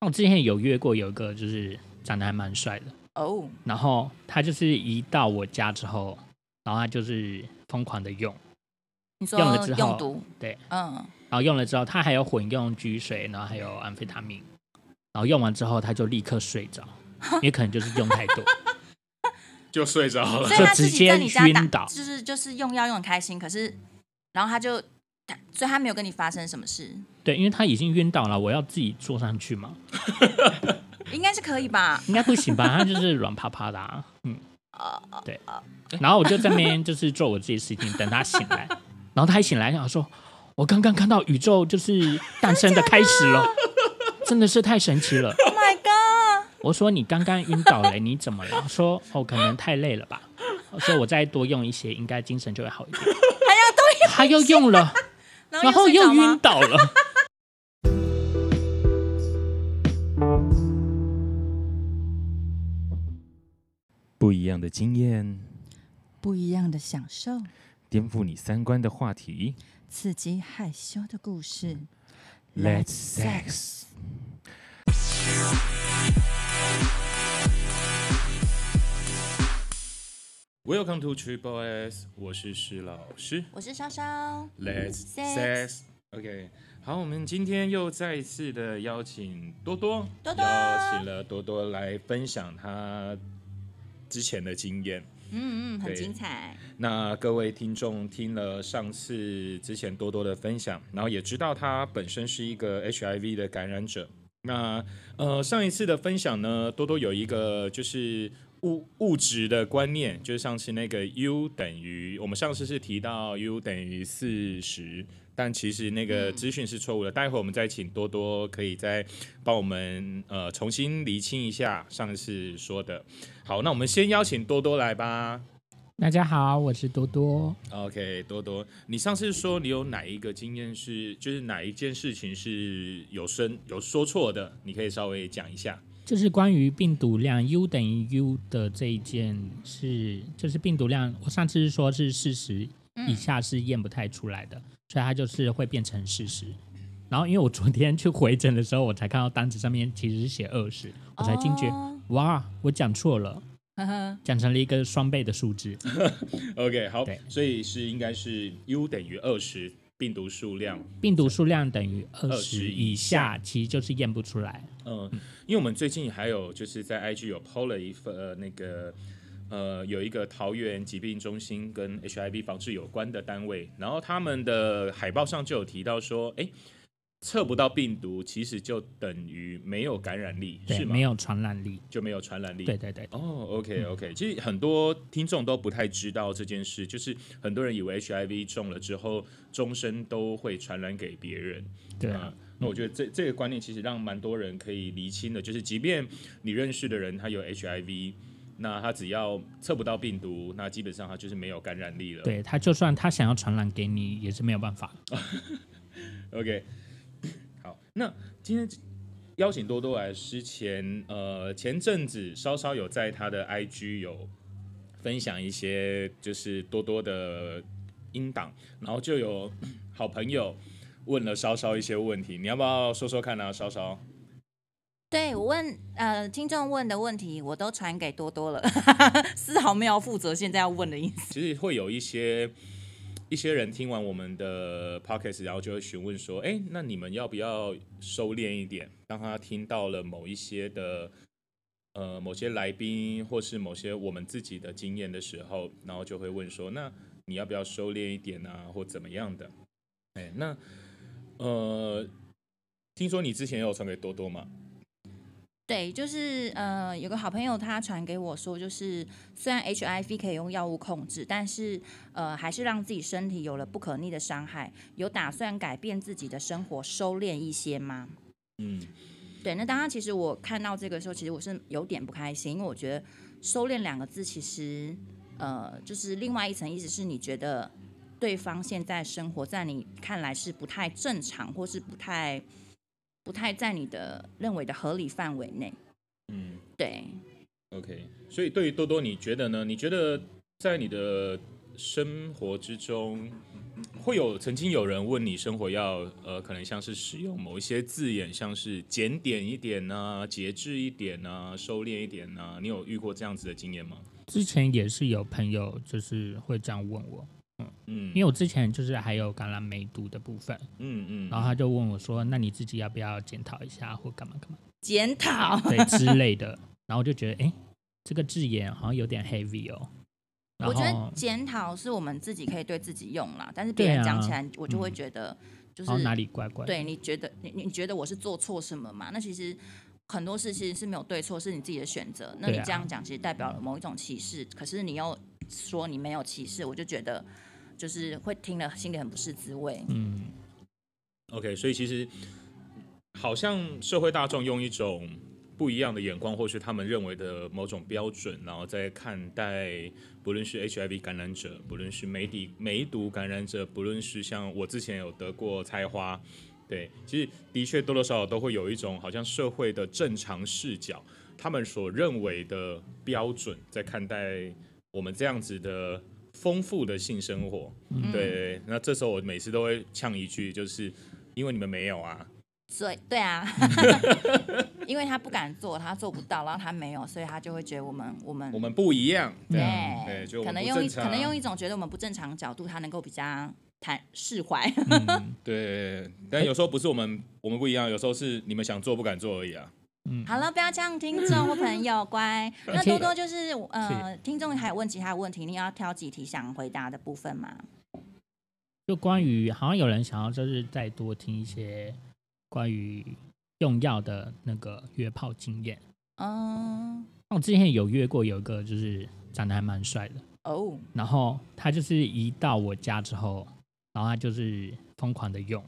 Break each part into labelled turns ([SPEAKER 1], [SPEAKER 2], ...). [SPEAKER 1] 我之前有约过有一个就是长得还蛮帅的，
[SPEAKER 2] 哦，
[SPEAKER 1] 然后他就是一到我家之后，然后他就是疯狂的用，
[SPEAKER 2] 你说
[SPEAKER 1] 用了之后
[SPEAKER 2] 用毒，
[SPEAKER 1] 对，
[SPEAKER 2] 嗯，
[SPEAKER 1] 然后用了之后他还有混用居水，然后还有安非他命，然后用完之后他就立刻睡着，因为可能就是用太多，
[SPEAKER 3] 就睡着了
[SPEAKER 2] 所以。他
[SPEAKER 1] 就
[SPEAKER 2] 自
[SPEAKER 1] 直
[SPEAKER 2] 己在
[SPEAKER 1] 接
[SPEAKER 2] 你家
[SPEAKER 1] 晕
[SPEAKER 2] 打，
[SPEAKER 1] 倒
[SPEAKER 2] 就是就是用药用很开心，可是然后他就，他所以他没有跟你发生什么事，
[SPEAKER 1] 对，因为他已经晕倒了，我要自己坐上去嘛，
[SPEAKER 2] 应该是可以吧？
[SPEAKER 1] 应该不行吧？ 他就是软趴趴的、啊，嗯，对。然后我就在那边就是做我自己的事情，等他醒来。然后他一醒来，想说：“我刚刚看到宇宙就是诞生的开始了，真的是太神奇了。
[SPEAKER 2] Oh my god！”
[SPEAKER 1] 我说：“你刚刚晕倒了，你怎么了？”他说：“哦，可能太累了吧。”我说：“我再多用一些，应该精神就会好一点。”还要多用，他又用了，然
[SPEAKER 2] 然
[SPEAKER 1] 后
[SPEAKER 2] 后又
[SPEAKER 1] 又
[SPEAKER 2] 睡着吗
[SPEAKER 1] 晕倒了。
[SPEAKER 4] 不一样的经验，
[SPEAKER 2] 不一样的享受，
[SPEAKER 4] 颠覆你三观的话题。
[SPEAKER 2] 刺激害羞的故事。
[SPEAKER 4] Let's sex。
[SPEAKER 3] Welcome to Triple S，我是施老师。
[SPEAKER 2] 我是稍稍，
[SPEAKER 3] Let's
[SPEAKER 2] Sex
[SPEAKER 3] sex。OK，好，我们今天又再一次的邀请多多，
[SPEAKER 2] 多多
[SPEAKER 3] 邀请了多多来分享他之前的经验。
[SPEAKER 2] 嗯嗯，很
[SPEAKER 3] 对
[SPEAKER 2] 精彩，
[SPEAKER 3] 那各位听众听了上次之前多多的分享，然后也知道他本身是一个 HIV 的感染者。那呃，上一次的分享呢，多多有一个就是物物质的观念，就是上次那个 U 等于，我们上次是提到 U 等于四十，但其实那个资讯是错误的。待会我们再请多多可以再帮我们呃重新厘清一下上次说的。好，那我们先邀请多多来吧。
[SPEAKER 1] 大家好，我是多多。
[SPEAKER 3] OK，多多，你上次说你有哪一个经验是，就是哪一件事情是有生有说错的，你可以稍微讲一下。
[SPEAKER 1] 就是关于病毒量 U 等于 U 的这一件事，就是病毒量，我上次是说是四十以下是验不太出来的，所以它就是会变成四十。然后因为我昨天去回诊的时候，我才看到单子上面其实是写二十，我才惊觉，
[SPEAKER 2] 哦
[SPEAKER 1] 哇，我讲错了，
[SPEAKER 2] 呵呵，
[SPEAKER 1] 讲成了一个双倍的数字。
[SPEAKER 3] OK，好
[SPEAKER 1] 对，
[SPEAKER 3] 所以是应该是 U 等于二十病毒数量，嗯
[SPEAKER 1] 病毒数量等于二十
[SPEAKER 3] 20
[SPEAKER 1] 以
[SPEAKER 3] 以
[SPEAKER 1] 下
[SPEAKER 3] 下，
[SPEAKER 1] 其实就是验不出来。
[SPEAKER 3] 嗯，因为我们最近还有就是在 IG 有 PO 了一份、呃、那个呃有一个桃园疾病中心跟 HIV 防治有关的单位，然后他们的海报上就有提到说，哎，测不到病毒其实就等于没有感染力，
[SPEAKER 1] 对，
[SPEAKER 3] 是吗？
[SPEAKER 1] 没有传染力。
[SPEAKER 3] 就没有传染力。
[SPEAKER 1] 对对嗯对，
[SPEAKER 3] 哦，OK，OK、o k OK，其实很多听众都不太知道这件事，就是很多人以为 HIV 中了之后，终身都会传染给别人。
[SPEAKER 1] 对啊
[SPEAKER 3] 啊，那我觉得这这个观念其实让蛮多人可以厘清的，就是即便你认识的人他有 HIV，那他只要测不到病毒，那基本上他就是没有感染力了。
[SPEAKER 1] 对他就算他想要传染给你，也是没有办法。
[SPEAKER 3] OK，好，那今天邀请多多来之前，呃，前阵子稍稍有在他的 IG 有分享一些就是多多的音档，然后就有好朋友问了稍稍一些问题，你要不要说说看呢、啊？稍稍，
[SPEAKER 2] 对我问呃听众问的问题，我都传给多多了， 丝毫没有负责现在要问的意思。
[SPEAKER 3] 其实会有一些。一些人听完我们的 podcast，然后就会询问说：“哎，那你们要不要收敛一点？当他听到了某一些的呃某些来宾或是某些我们自己的经验的时候，然后就会问说，那你要不要收敛一点啊，或怎么样的？哎，那呃，听说你之前有传给多多嘛？
[SPEAKER 2] 对，就是呃，有个好朋友他传给我说，就是虽然 HIV 可以用药物控制，但是呃，还是让自己身体有了不可逆的伤害。有打算改变自己的生活，收敛一些吗？
[SPEAKER 3] 嗯，
[SPEAKER 2] 对，那当然，其实我看到这个时候，其实我是有点不开心，因为我觉得“收敛”两个字，其实呃，就是另外一层意思是，你觉得对方现在生活在你看来是不太正常，或是不太不太在你的认为的合理范围内。
[SPEAKER 3] 嗯
[SPEAKER 2] 对，
[SPEAKER 3] ，OK。所以对于多多，你觉得呢？你觉得在你的生活之中，会有曾经有人问你生活要呃，可能像是使用某一些字眼，像是检点一点呐、节制一点呐、收敛一点呐、你有遇过这样子的经验吗？
[SPEAKER 1] 之前也是有朋友就是会这样问我，
[SPEAKER 3] 嗯，
[SPEAKER 1] 因为我之前就是还有橄榄梅毒的部分，
[SPEAKER 3] 嗯嗯，
[SPEAKER 1] 然后他就问我说：“那你自己要不要检讨一下，或干嘛干嘛，
[SPEAKER 2] 检讨。
[SPEAKER 1] 对之类的？”然后我就觉得，哎，这个字眼好像有点 heavy 哦。然
[SPEAKER 2] 我觉得
[SPEAKER 1] 后，
[SPEAKER 2] 检讨是我们自己可以对自己用啦，但是
[SPEAKER 1] 对
[SPEAKER 2] 别人
[SPEAKER 1] 啊嗯
[SPEAKER 2] 讲起来，我就会觉得就是、
[SPEAKER 1] 然后哪里怪怪？，
[SPEAKER 2] 对你觉得你你觉得我是做错什么嘛？那其实很多事其实是没有对错，是你自己的选择。那你
[SPEAKER 1] 对啊
[SPEAKER 2] 这样讲，其实代表了某一种歧视，可是你又说你没有歧视，我就觉得就是会听了心里很不是滋味。
[SPEAKER 1] 嗯，
[SPEAKER 3] OK，所以其实好像社会大众用一种不一样的眼光，或是他们认为的某种标准，然后在看待不论是 HIV 感染者，不论是梅底梅毒感染者，不论是像我之前有得过菜花，对，其实的确多多少少都会有一种好像社会的正常视角，他们所认为的标准，在看待我们这样子的丰富的性生活。
[SPEAKER 2] 嗯
[SPEAKER 3] 对，那这时候我每次都会呛一句，就是因为你们没有啊。
[SPEAKER 2] 所以对啊， 因为他不敢做，他做不到，然后他没有，所以他就会觉得我们我们
[SPEAKER 3] 我们不一样，对啊
[SPEAKER 2] 对
[SPEAKER 3] 对，就我
[SPEAKER 2] 可
[SPEAKER 3] 们
[SPEAKER 2] 能
[SPEAKER 3] 不
[SPEAKER 2] 用一
[SPEAKER 3] 正常，
[SPEAKER 2] 可能用一种觉得我们不正常的角度，他能够比较谈 释怀。
[SPEAKER 1] 嗯
[SPEAKER 3] 对，但有时候不是我们我们不一样，有时候是你们想做不敢做而已啊。
[SPEAKER 1] 嗯
[SPEAKER 2] 好了，不要这样，听众或朋 友乖。那
[SPEAKER 1] 且
[SPEAKER 2] 多多就是呃，听众还有问其他问题，你要挑几题想回答的部分吗？
[SPEAKER 1] 就关于好像有人想要就是再多听一些关于用药的那个约炮经验。
[SPEAKER 2] 嗯，
[SPEAKER 1] 那我之前有约过有一个就是长得还蛮帅的，
[SPEAKER 2] 哦，
[SPEAKER 1] 然后他就是一到我家之后，然后他就是疯狂的用，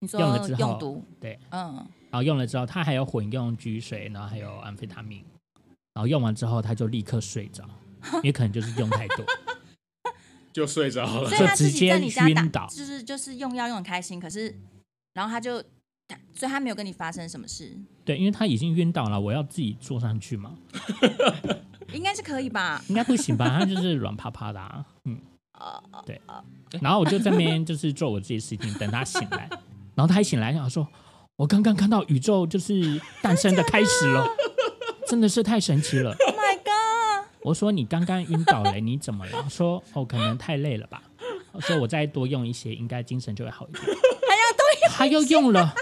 [SPEAKER 2] 你说
[SPEAKER 1] 用了之后
[SPEAKER 2] 用毒，
[SPEAKER 1] 对，
[SPEAKER 2] 嗯，
[SPEAKER 1] 然后用了之后他还有混用居水，然后还有安非他命，然后用完之后他就立刻睡着，也可能就是用太多，
[SPEAKER 3] 就睡着了
[SPEAKER 2] 所，以他
[SPEAKER 1] 就直
[SPEAKER 2] 自己在你家
[SPEAKER 1] 接
[SPEAKER 2] 打
[SPEAKER 1] 晕，倒
[SPEAKER 2] 就是就是用药用很开心，可是然后他就，他所以他没有跟你发生什么事，
[SPEAKER 1] 对，因为他已经晕倒了，我要自己坐上去嘛，
[SPEAKER 2] 应该是可以吧？
[SPEAKER 1] 应该不行吧？他 就是软趴趴的、啊，嗯。
[SPEAKER 2] 呃，
[SPEAKER 1] 对，然后我就在那边就是做我自己的事情，等他醒来。 然后他一醒来，想说：“我刚刚看到宇宙就是诞生的开始了， 真的是太神奇了。
[SPEAKER 2] Oh my god！”
[SPEAKER 1] 我说：“你刚刚晕倒了，你怎么了？”说：“哦，可能太累了吧。”我说：“我再多用一些，应该精神就会 好一点。”还要多用，他又用了，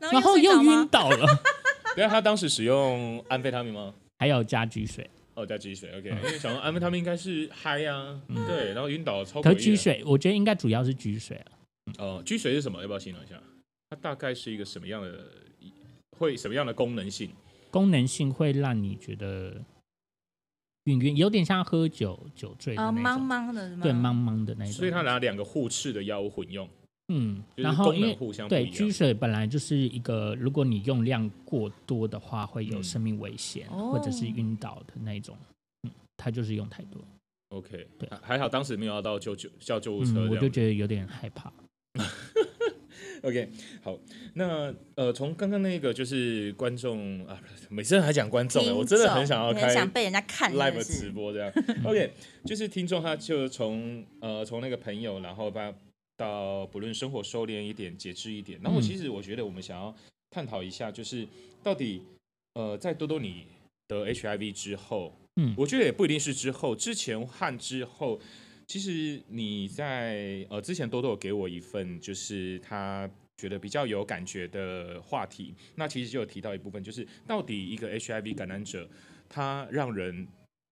[SPEAKER 1] 然
[SPEAKER 2] 然
[SPEAKER 1] 后
[SPEAKER 2] 后又睡
[SPEAKER 1] 又
[SPEAKER 2] 着吗
[SPEAKER 1] 晕，倒了，
[SPEAKER 3] 对啊，他当时使用安非他命吗？
[SPEAKER 1] 还有加居水。
[SPEAKER 3] 哦，加积水，OK，因为想说安非他命应该是嗨啊，
[SPEAKER 2] 嗯
[SPEAKER 3] 对，然后晕倒超诡异啊
[SPEAKER 1] 可
[SPEAKER 3] 的。
[SPEAKER 1] 是居水，我觉得应该主要是居水了。
[SPEAKER 3] 哦，居水是什么？要不要形容一下？它大概是一个什么样的？会什么样的功能性？
[SPEAKER 1] 功能性会让你觉得晕晕，有点像喝酒酒醉的
[SPEAKER 2] 啊，
[SPEAKER 1] 那种。
[SPEAKER 2] 茫茫的是吗？
[SPEAKER 1] 对，茫茫的那种。
[SPEAKER 3] 所以他拿两个互斥的药物混用，
[SPEAKER 1] 嗯，
[SPEAKER 3] 就是
[SPEAKER 1] 然后
[SPEAKER 3] 功
[SPEAKER 1] 因
[SPEAKER 3] 能
[SPEAKER 1] 为
[SPEAKER 3] 互相不一
[SPEAKER 1] 对
[SPEAKER 3] 样
[SPEAKER 1] 居。水本来就是一个，如果你用量过多的话，会有
[SPEAKER 3] 嗯
[SPEAKER 1] 生命危险、
[SPEAKER 2] 哦
[SPEAKER 1] 或者是晕倒的那种。嗯，他就是用太多，
[SPEAKER 3] OK，
[SPEAKER 1] 对
[SPEAKER 3] 还还好当时没有要到救救叫救护车这
[SPEAKER 1] 嗯，
[SPEAKER 3] 样子、
[SPEAKER 1] 我就觉得有点害怕。
[SPEAKER 3] OK，好，那呃，从刚刚那个就是观众啊，每次还讲观众欸，
[SPEAKER 2] 听
[SPEAKER 3] 我真的
[SPEAKER 2] 众
[SPEAKER 3] 很想要
[SPEAKER 2] 你
[SPEAKER 3] 开
[SPEAKER 2] 想被人家看真的
[SPEAKER 3] live
[SPEAKER 2] 是
[SPEAKER 3] 直播这样。OK，就是听众他就从呃从那个朋友，然后把到不论生活收敛一点、节制一点。然后
[SPEAKER 1] 嗯
[SPEAKER 3] 我其实我觉得我们想要探讨一下，就是到底呃在多多你得 HIV 之后，
[SPEAKER 1] 嗯
[SPEAKER 3] 我觉得也不一定是之后，之前和之后。其实你在呃之前多多有给我一份，就是他觉得比较有感觉的话题。那其实就有提到一部分，就是到底一个 HIV 感染者，他让人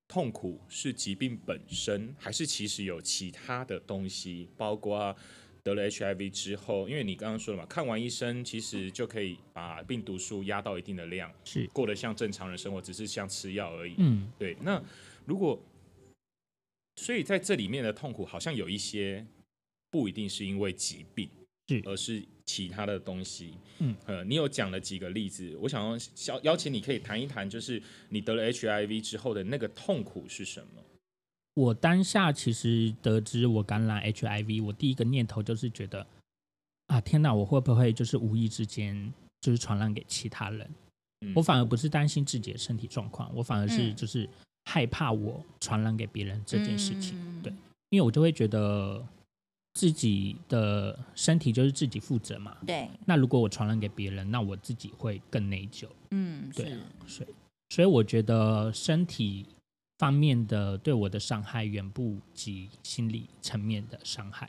[SPEAKER 3] 痛苦是疾病本身，还是其实有其他的东西，包括啊得了 HIV 之后，因为你刚刚说了嘛，看完医生其实就可以把病毒数压到一定的量，
[SPEAKER 1] 是，
[SPEAKER 3] 过得像正常人生活，只是像吃药而已。
[SPEAKER 1] 嗯，
[SPEAKER 3] 对，那如果所以在这里面的痛苦，好像有一些不一定是因为疾病，
[SPEAKER 1] 是
[SPEAKER 3] 而是其他的东西。
[SPEAKER 1] 嗯，
[SPEAKER 3] 呃，你有讲了几个例子，我想要邀邀请你可以谈一谈，就是你得了 HIV 之后的那个痛苦是什么？
[SPEAKER 1] 我当下其实得知我感染 HIV，我第一个念头就是觉得啊，天哪，我会不会就是无意之间就是传染给其他人？
[SPEAKER 3] 嗯
[SPEAKER 1] 我反而不是担心自己的身体状况，我反而是
[SPEAKER 2] 嗯
[SPEAKER 1] 就是害怕我传染给别人这件事情。
[SPEAKER 2] 嗯
[SPEAKER 1] 对，因为我就会觉得自己的身体就是自己负责嘛。
[SPEAKER 2] 对，
[SPEAKER 1] 那如果我传染给别人，那我自己会更内疚。
[SPEAKER 2] 嗯，
[SPEAKER 1] 对
[SPEAKER 2] 是
[SPEAKER 1] 啊，所以所以我觉得身体方面的对我的伤害远不及心理层面的伤害。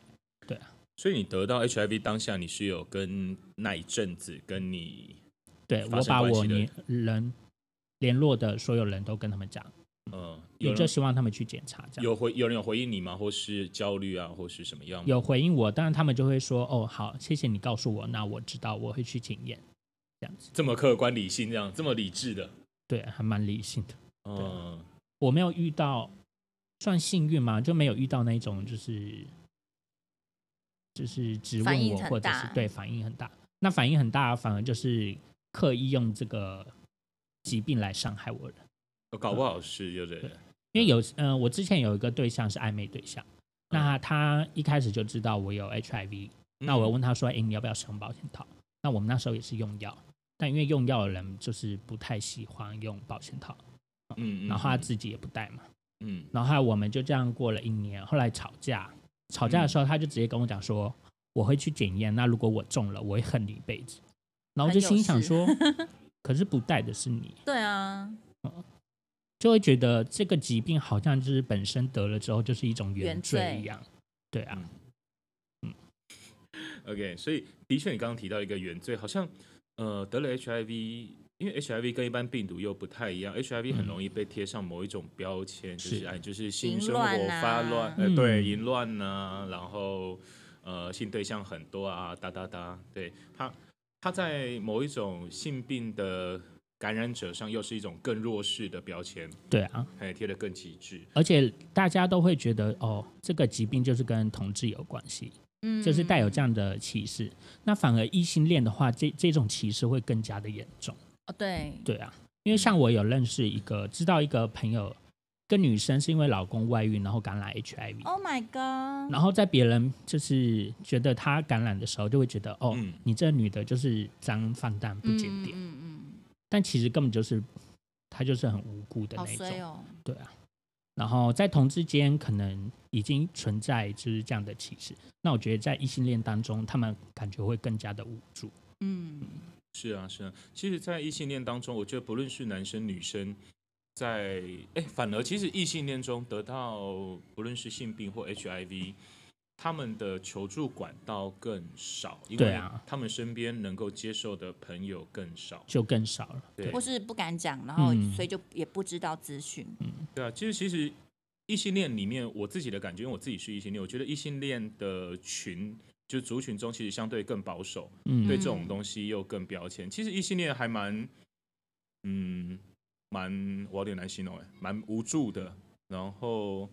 [SPEAKER 3] 所以你得到 HIV 当下，你是有跟那一阵子跟你
[SPEAKER 1] 对
[SPEAKER 3] 发
[SPEAKER 1] 我
[SPEAKER 3] 生
[SPEAKER 1] 把
[SPEAKER 3] 关
[SPEAKER 1] 我
[SPEAKER 3] 系的
[SPEAKER 1] 联人联络的所有人都跟他们讲，
[SPEAKER 3] 呃，有
[SPEAKER 1] 也就
[SPEAKER 3] 人
[SPEAKER 1] 希望他们去检查这样。
[SPEAKER 3] 有回有人有回应你吗？或是焦虑啊，或是什么样吗？
[SPEAKER 1] 有回应我，当然他们就会说：“哦，好，谢谢你告诉我，那我知道，我会去检验。”这样子，
[SPEAKER 3] 这么客观理性，这样这么理智的，
[SPEAKER 1] 对，还蛮理性的。
[SPEAKER 3] 嗯、
[SPEAKER 1] 我没有遇到，算幸运嘛，就没有遇到那种就是就是质
[SPEAKER 2] 反
[SPEAKER 1] 问
[SPEAKER 2] 应
[SPEAKER 1] 我，
[SPEAKER 2] 很
[SPEAKER 1] 或者是
[SPEAKER 2] 大
[SPEAKER 1] 对反应很大。那反应很大，反而就是刻意用这个疾病来伤害我人。
[SPEAKER 3] 呃搞不好是就对了。
[SPEAKER 1] 因为有，嗯、我之前有一个对象是暧昧对象，那他一开始就知道我有 HIV，那我
[SPEAKER 3] 嗯
[SPEAKER 1] 问他说：“哎、你要不要使用保险套？”那我们那时候也是用药，但因为用药的人就是不太喜欢用保险套，
[SPEAKER 3] 嗯，嗯
[SPEAKER 1] 然后他
[SPEAKER 3] 嗯
[SPEAKER 1] 自己也不戴嘛。
[SPEAKER 3] 嗯
[SPEAKER 1] 然后后来我们就这样过了一年，后来吵架，吵架的时候他就直接跟我讲说：“我会去检验，那如果我中了，我会恨你一辈子。”然后我就心想说：“可是不戴的是你。
[SPEAKER 2] 对啊，”
[SPEAKER 1] 就会觉得这个疾病好像就是本身得了之后就是一种原
[SPEAKER 2] 原罪
[SPEAKER 1] 罪一样，对啊，
[SPEAKER 3] OK，所以的确，你刚刚提到一个原罪，好像呃得了 HIV，因为 HIV 跟一般病毒又不太一样，HIV 很容易被贴上某一种标签，就是
[SPEAKER 1] 嗯是
[SPEAKER 3] 哎，就是性
[SPEAKER 2] 淫
[SPEAKER 3] 生活
[SPEAKER 2] 乱啊
[SPEAKER 3] 发乱，呃，对，
[SPEAKER 1] 嗯
[SPEAKER 3] 淫乱呐、然后呃性对象很多啊，哒哒哒，对他他在某一种性病的感染者上又是一种更弱势的标签，
[SPEAKER 1] 对啊。
[SPEAKER 3] 哎，贴的更极致。
[SPEAKER 1] 而且大家都会觉得，哦，这个疾病就是跟同志有关系，
[SPEAKER 2] 嗯，
[SPEAKER 1] 就是带有这样的歧视。那反而异性恋的话，这这种歧视会更加的严重。
[SPEAKER 2] 哦，对，
[SPEAKER 1] 对啊，因
[SPEAKER 2] 嗯
[SPEAKER 1] 为像我有认识一个，知道一个朋友，跟女生是因为老公外遇，然后感染 HIV，、
[SPEAKER 2] Oh my god！
[SPEAKER 1] 然后在别人就是觉得她感染的时候，就会觉得，哦，
[SPEAKER 3] 嗯
[SPEAKER 1] 你这女的就是脏放荡不检点，
[SPEAKER 2] 嗯嗯
[SPEAKER 1] 但其实根本就是她就是很无辜的
[SPEAKER 2] 嗯，
[SPEAKER 1] 那
[SPEAKER 2] 好
[SPEAKER 1] 一种。
[SPEAKER 2] 衰哦，
[SPEAKER 1] 对啊，然后在同志间可能已经存在就是这样的歧视，那我觉得在异性恋当中，他们感觉会更加的无助。
[SPEAKER 2] 嗯，
[SPEAKER 3] 是啊，是啊。其实，在异性恋当中，我觉得不论是男生女生，在哎，反而其实异性恋中得到不论是性病或 HIV，他们的求助管道更少，因
[SPEAKER 1] 对
[SPEAKER 3] 为
[SPEAKER 1] 啊
[SPEAKER 3] 他们身边能够接受的朋友更少。
[SPEAKER 1] 就更少了，
[SPEAKER 3] 对
[SPEAKER 2] 或是不敢讲，然后
[SPEAKER 1] 嗯
[SPEAKER 2] 所以就也不知道资讯，
[SPEAKER 3] 对啊，其实其实异性恋里面，我自己的感觉，因为我自己是异性恋，我觉得异性恋的群。就族群中其实相对更保守，
[SPEAKER 1] 嗯，
[SPEAKER 3] 对这种东西又更标签。其实异性恋还蛮，嗯，蛮我有点难形容哎，蛮无助的。然后，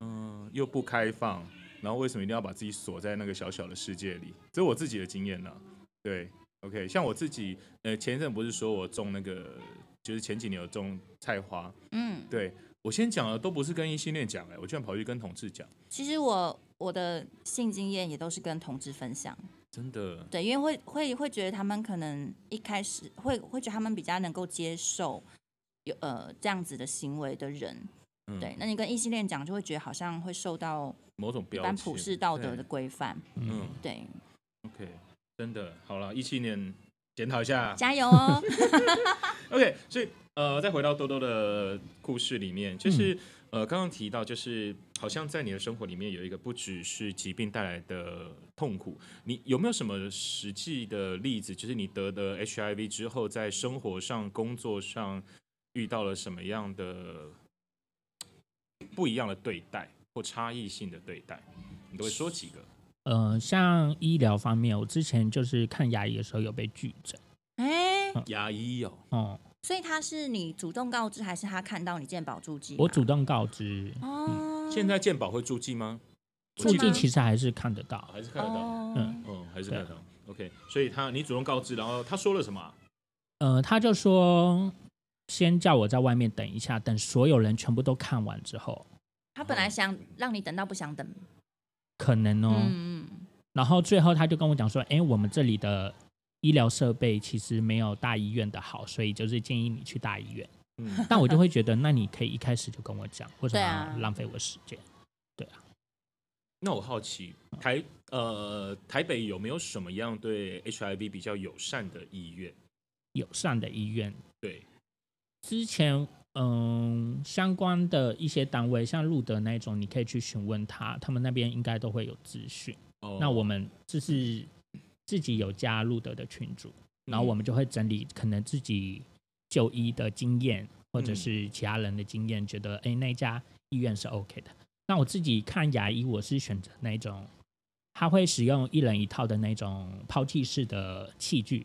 [SPEAKER 3] 嗯，又不开放，然后为什么一定要把自己锁在那个小小的世界里？这是我自己的经验啦。对，OK，像我自己，呃，前一阵不是说我中那个，就是前几年有中菜花，
[SPEAKER 2] 嗯，
[SPEAKER 3] 对我先讲的都不是跟异性恋讲哎，我居然跑去跟同志讲，
[SPEAKER 2] 其实我我的性经验也都是跟同志分享，
[SPEAKER 3] 真的，
[SPEAKER 2] 对，因为会会会觉得他们可能一开始会会觉得他们比较能够接受有呃这样子的行为的人，
[SPEAKER 3] 嗯，
[SPEAKER 2] 对，，那你跟异性恋讲就会觉得好像会受到
[SPEAKER 3] 某种
[SPEAKER 2] 一
[SPEAKER 3] 标
[SPEAKER 2] 般
[SPEAKER 3] 签，
[SPEAKER 2] 普世道德的
[SPEAKER 3] 对，
[SPEAKER 2] 规范，
[SPEAKER 1] 嗯
[SPEAKER 3] 嗯。
[SPEAKER 2] 对，
[SPEAKER 3] OK，真的好了，一七年检讨一下。
[SPEAKER 2] 加油哦，
[SPEAKER 3] OK，所以呃，再回到多多的故事里面，就是、呃，刚刚提到，就是好像在你的生活里面有一个不只是疾病带来的痛苦，你有没有什么实际的例子？就是你得的 HIV 之后，在生活上、工作上遇到了什么样的不一样的对待或差异性的对待？你都会说几个？
[SPEAKER 1] 呃，像医疗方面，我之前就是看牙医的时候有被拒诊，
[SPEAKER 2] 哎、
[SPEAKER 3] 牙医哦，
[SPEAKER 1] 哦、
[SPEAKER 2] 所以他是你主动告知，还是他看到你健保助记吗？啊
[SPEAKER 1] 我主动告知，
[SPEAKER 2] 哦，
[SPEAKER 3] 嗯现在健保会注记吗？我
[SPEAKER 1] 促
[SPEAKER 3] 记得
[SPEAKER 1] 进其实还是看得到，
[SPEAKER 3] 还是看得到。
[SPEAKER 2] 哦，
[SPEAKER 1] 嗯
[SPEAKER 3] 哦，还是看得到。OK，所以他你主动告知，然后他说了什么啊、
[SPEAKER 1] 呃，他就说先叫我在外面等一下，等所有人全部都看完之后，
[SPEAKER 2] 他本来想让你等到不想等，
[SPEAKER 1] 可能哦，
[SPEAKER 2] 嗯嗯，
[SPEAKER 1] 然后最后他就跟我讲说，哎，我们这里的医疗设备其实没有大医院的好，所以就是建议你去大医院。
[SPEAKER 3] 嗯，
[SPEAKER 1] 但我就会觉得，那你可以一开始就跟我讲，为什么
[SPEAKER 2] 对啊
[SPEAKER 1] 要浪费我时间？对啊，
[SPEAKER 3] 那我好奇台呃台北有没有什么样对 HIV 比较友善的医院？
[SPEAKER 1] 友善的医院。
[SPEAKER 3] 对，
[SPEAKER 1] 之前嗯相关的一些单位，像路德那一种，你可以去询问他，他们那边应该都会有资讯。
[SPEAKER 3] 哦
[SPEAKER 1] 那我们就是自己有加路德的群组，
[SPEAKER 3] 嗯
[SPEAKER 1] 然后我们就会整理可能自己就医的经验，或者是
[SPEAKER 3] 嗯
[SPEAKER 1] 其他人的经验，觉得哎那一家医院是 OK 的。那我自己看牙医，我是选择那一种，他会使用一人一套的那种抛弃式的器具，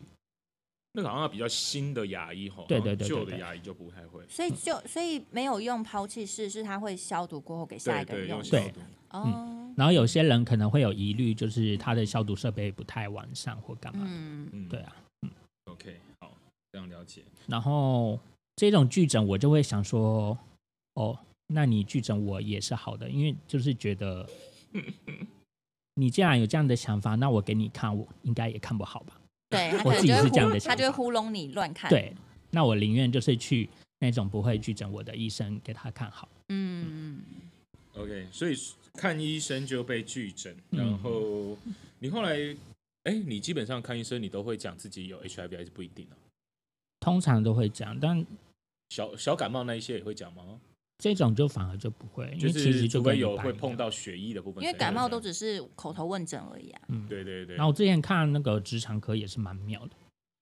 [SPEAKER 3] 那个好像比较新的牙医吼，
[SPEAKER 1] 对
[SPEAKER 3] 好像
[SPEAKER 1] 对对对
[SPEAKER 3] 旧的
[SPEAKER 1] 对
[SPEAKER 3] 牙医就不太会。
[SPEAKER 2] 所以就所以没有用抛弃式，是它会消毒过后给下
[SPEAKER 3] 对
[SPEAKER 2] 一个
[SPEAKER 3] 对，
[SPEAKER 2] 人
[SPEAKER 3] 用
[SPEAKER 2] 的
[SPEAKER 3] 消
[SPEAKER 1] 对啊
[SPEAKER 3] 毒
[SPEAKER 2] 哦，
[SPEAKER 1] 然后有些人可能会有疑虑，就是他的消毒设备不太完善或干嘛的。
[SPEAKER 2] 嗯，
[SPEAKER 3] 嗯，
[SPEAKER 1] 对啊，
[SPEAKER 3] OK，好，非常了解。
[SPEAKER 1] 然后这种拒诊，我就会想说，哦，那你拒诊我也是好的，因为就是觉得你既然有这样的想法，那我给你看，我应该也看不好吧？
[SPEAKER 2] 对，他
[SPEAKER 1] 我
[SPEAKER 2] 可能
[SPEAKER 1] 自己
[SPEAKER 2] 就会
[SPEAKER 1] 是这样
[SPEAKER 2] 糊
[SPEAKER 1] 的
[SPEAKER 2] 他就会
[SPEAKER 1] 想法
[SPEAKER 2] 糊弄你乱看，，
[SPEAKER 1] 对，那我宁愿就是去那种不会拒诊我的医生给他看好。
[SPEAKER 2] 嗯，
[SPEAKER 3] OK，所以看医生就被拒诊，
[SPEAKER 1] 嗯
[SPEAKER 3] 然后你后来，哎，你基本上看医生你都会讲自己有 HIV 还是不一定啊？
[SPEAKER 1] 通常都会这样，但
[SPEAKER 3] 小小感冒那一些也会讲吗？
[SPEAKER 1] 这种就反而就不会，因
[SPEAKER 3] 就
[SPEAKER 1] 为其
[SPEAKER 3] 是
[SPEAKER 1] 实就
[SPEAKER 3] 除
[SPEAKER 1] 跟
[SPEAKER 3] 非
[SPEAKER 1] 一
[SPEAKER 3] 有
[SPEAKER 1] 般
[SPEAKER 3] 会
[SPEAKER 1] 一
[SPEAKER 3] 碰
[SPEAKER 1] 样。
[SPEAKER 3] 到血液的部分
[SPEAKER 2] 因
[SPEAKER 3] 才会
[SPEAKER 2] 为
[SPEAKER 3] 这
[SPEAKER 2] 感
[SPEAKER 3] 样，
[SPEAKER 2] 冒都只是口头问诊而已啊，
[SPEAKER 1] 嗯，
[SPEAKER 3] 对对对
[SPEAKER 1] 然，后我之前看那个职场科也是蛮妙的，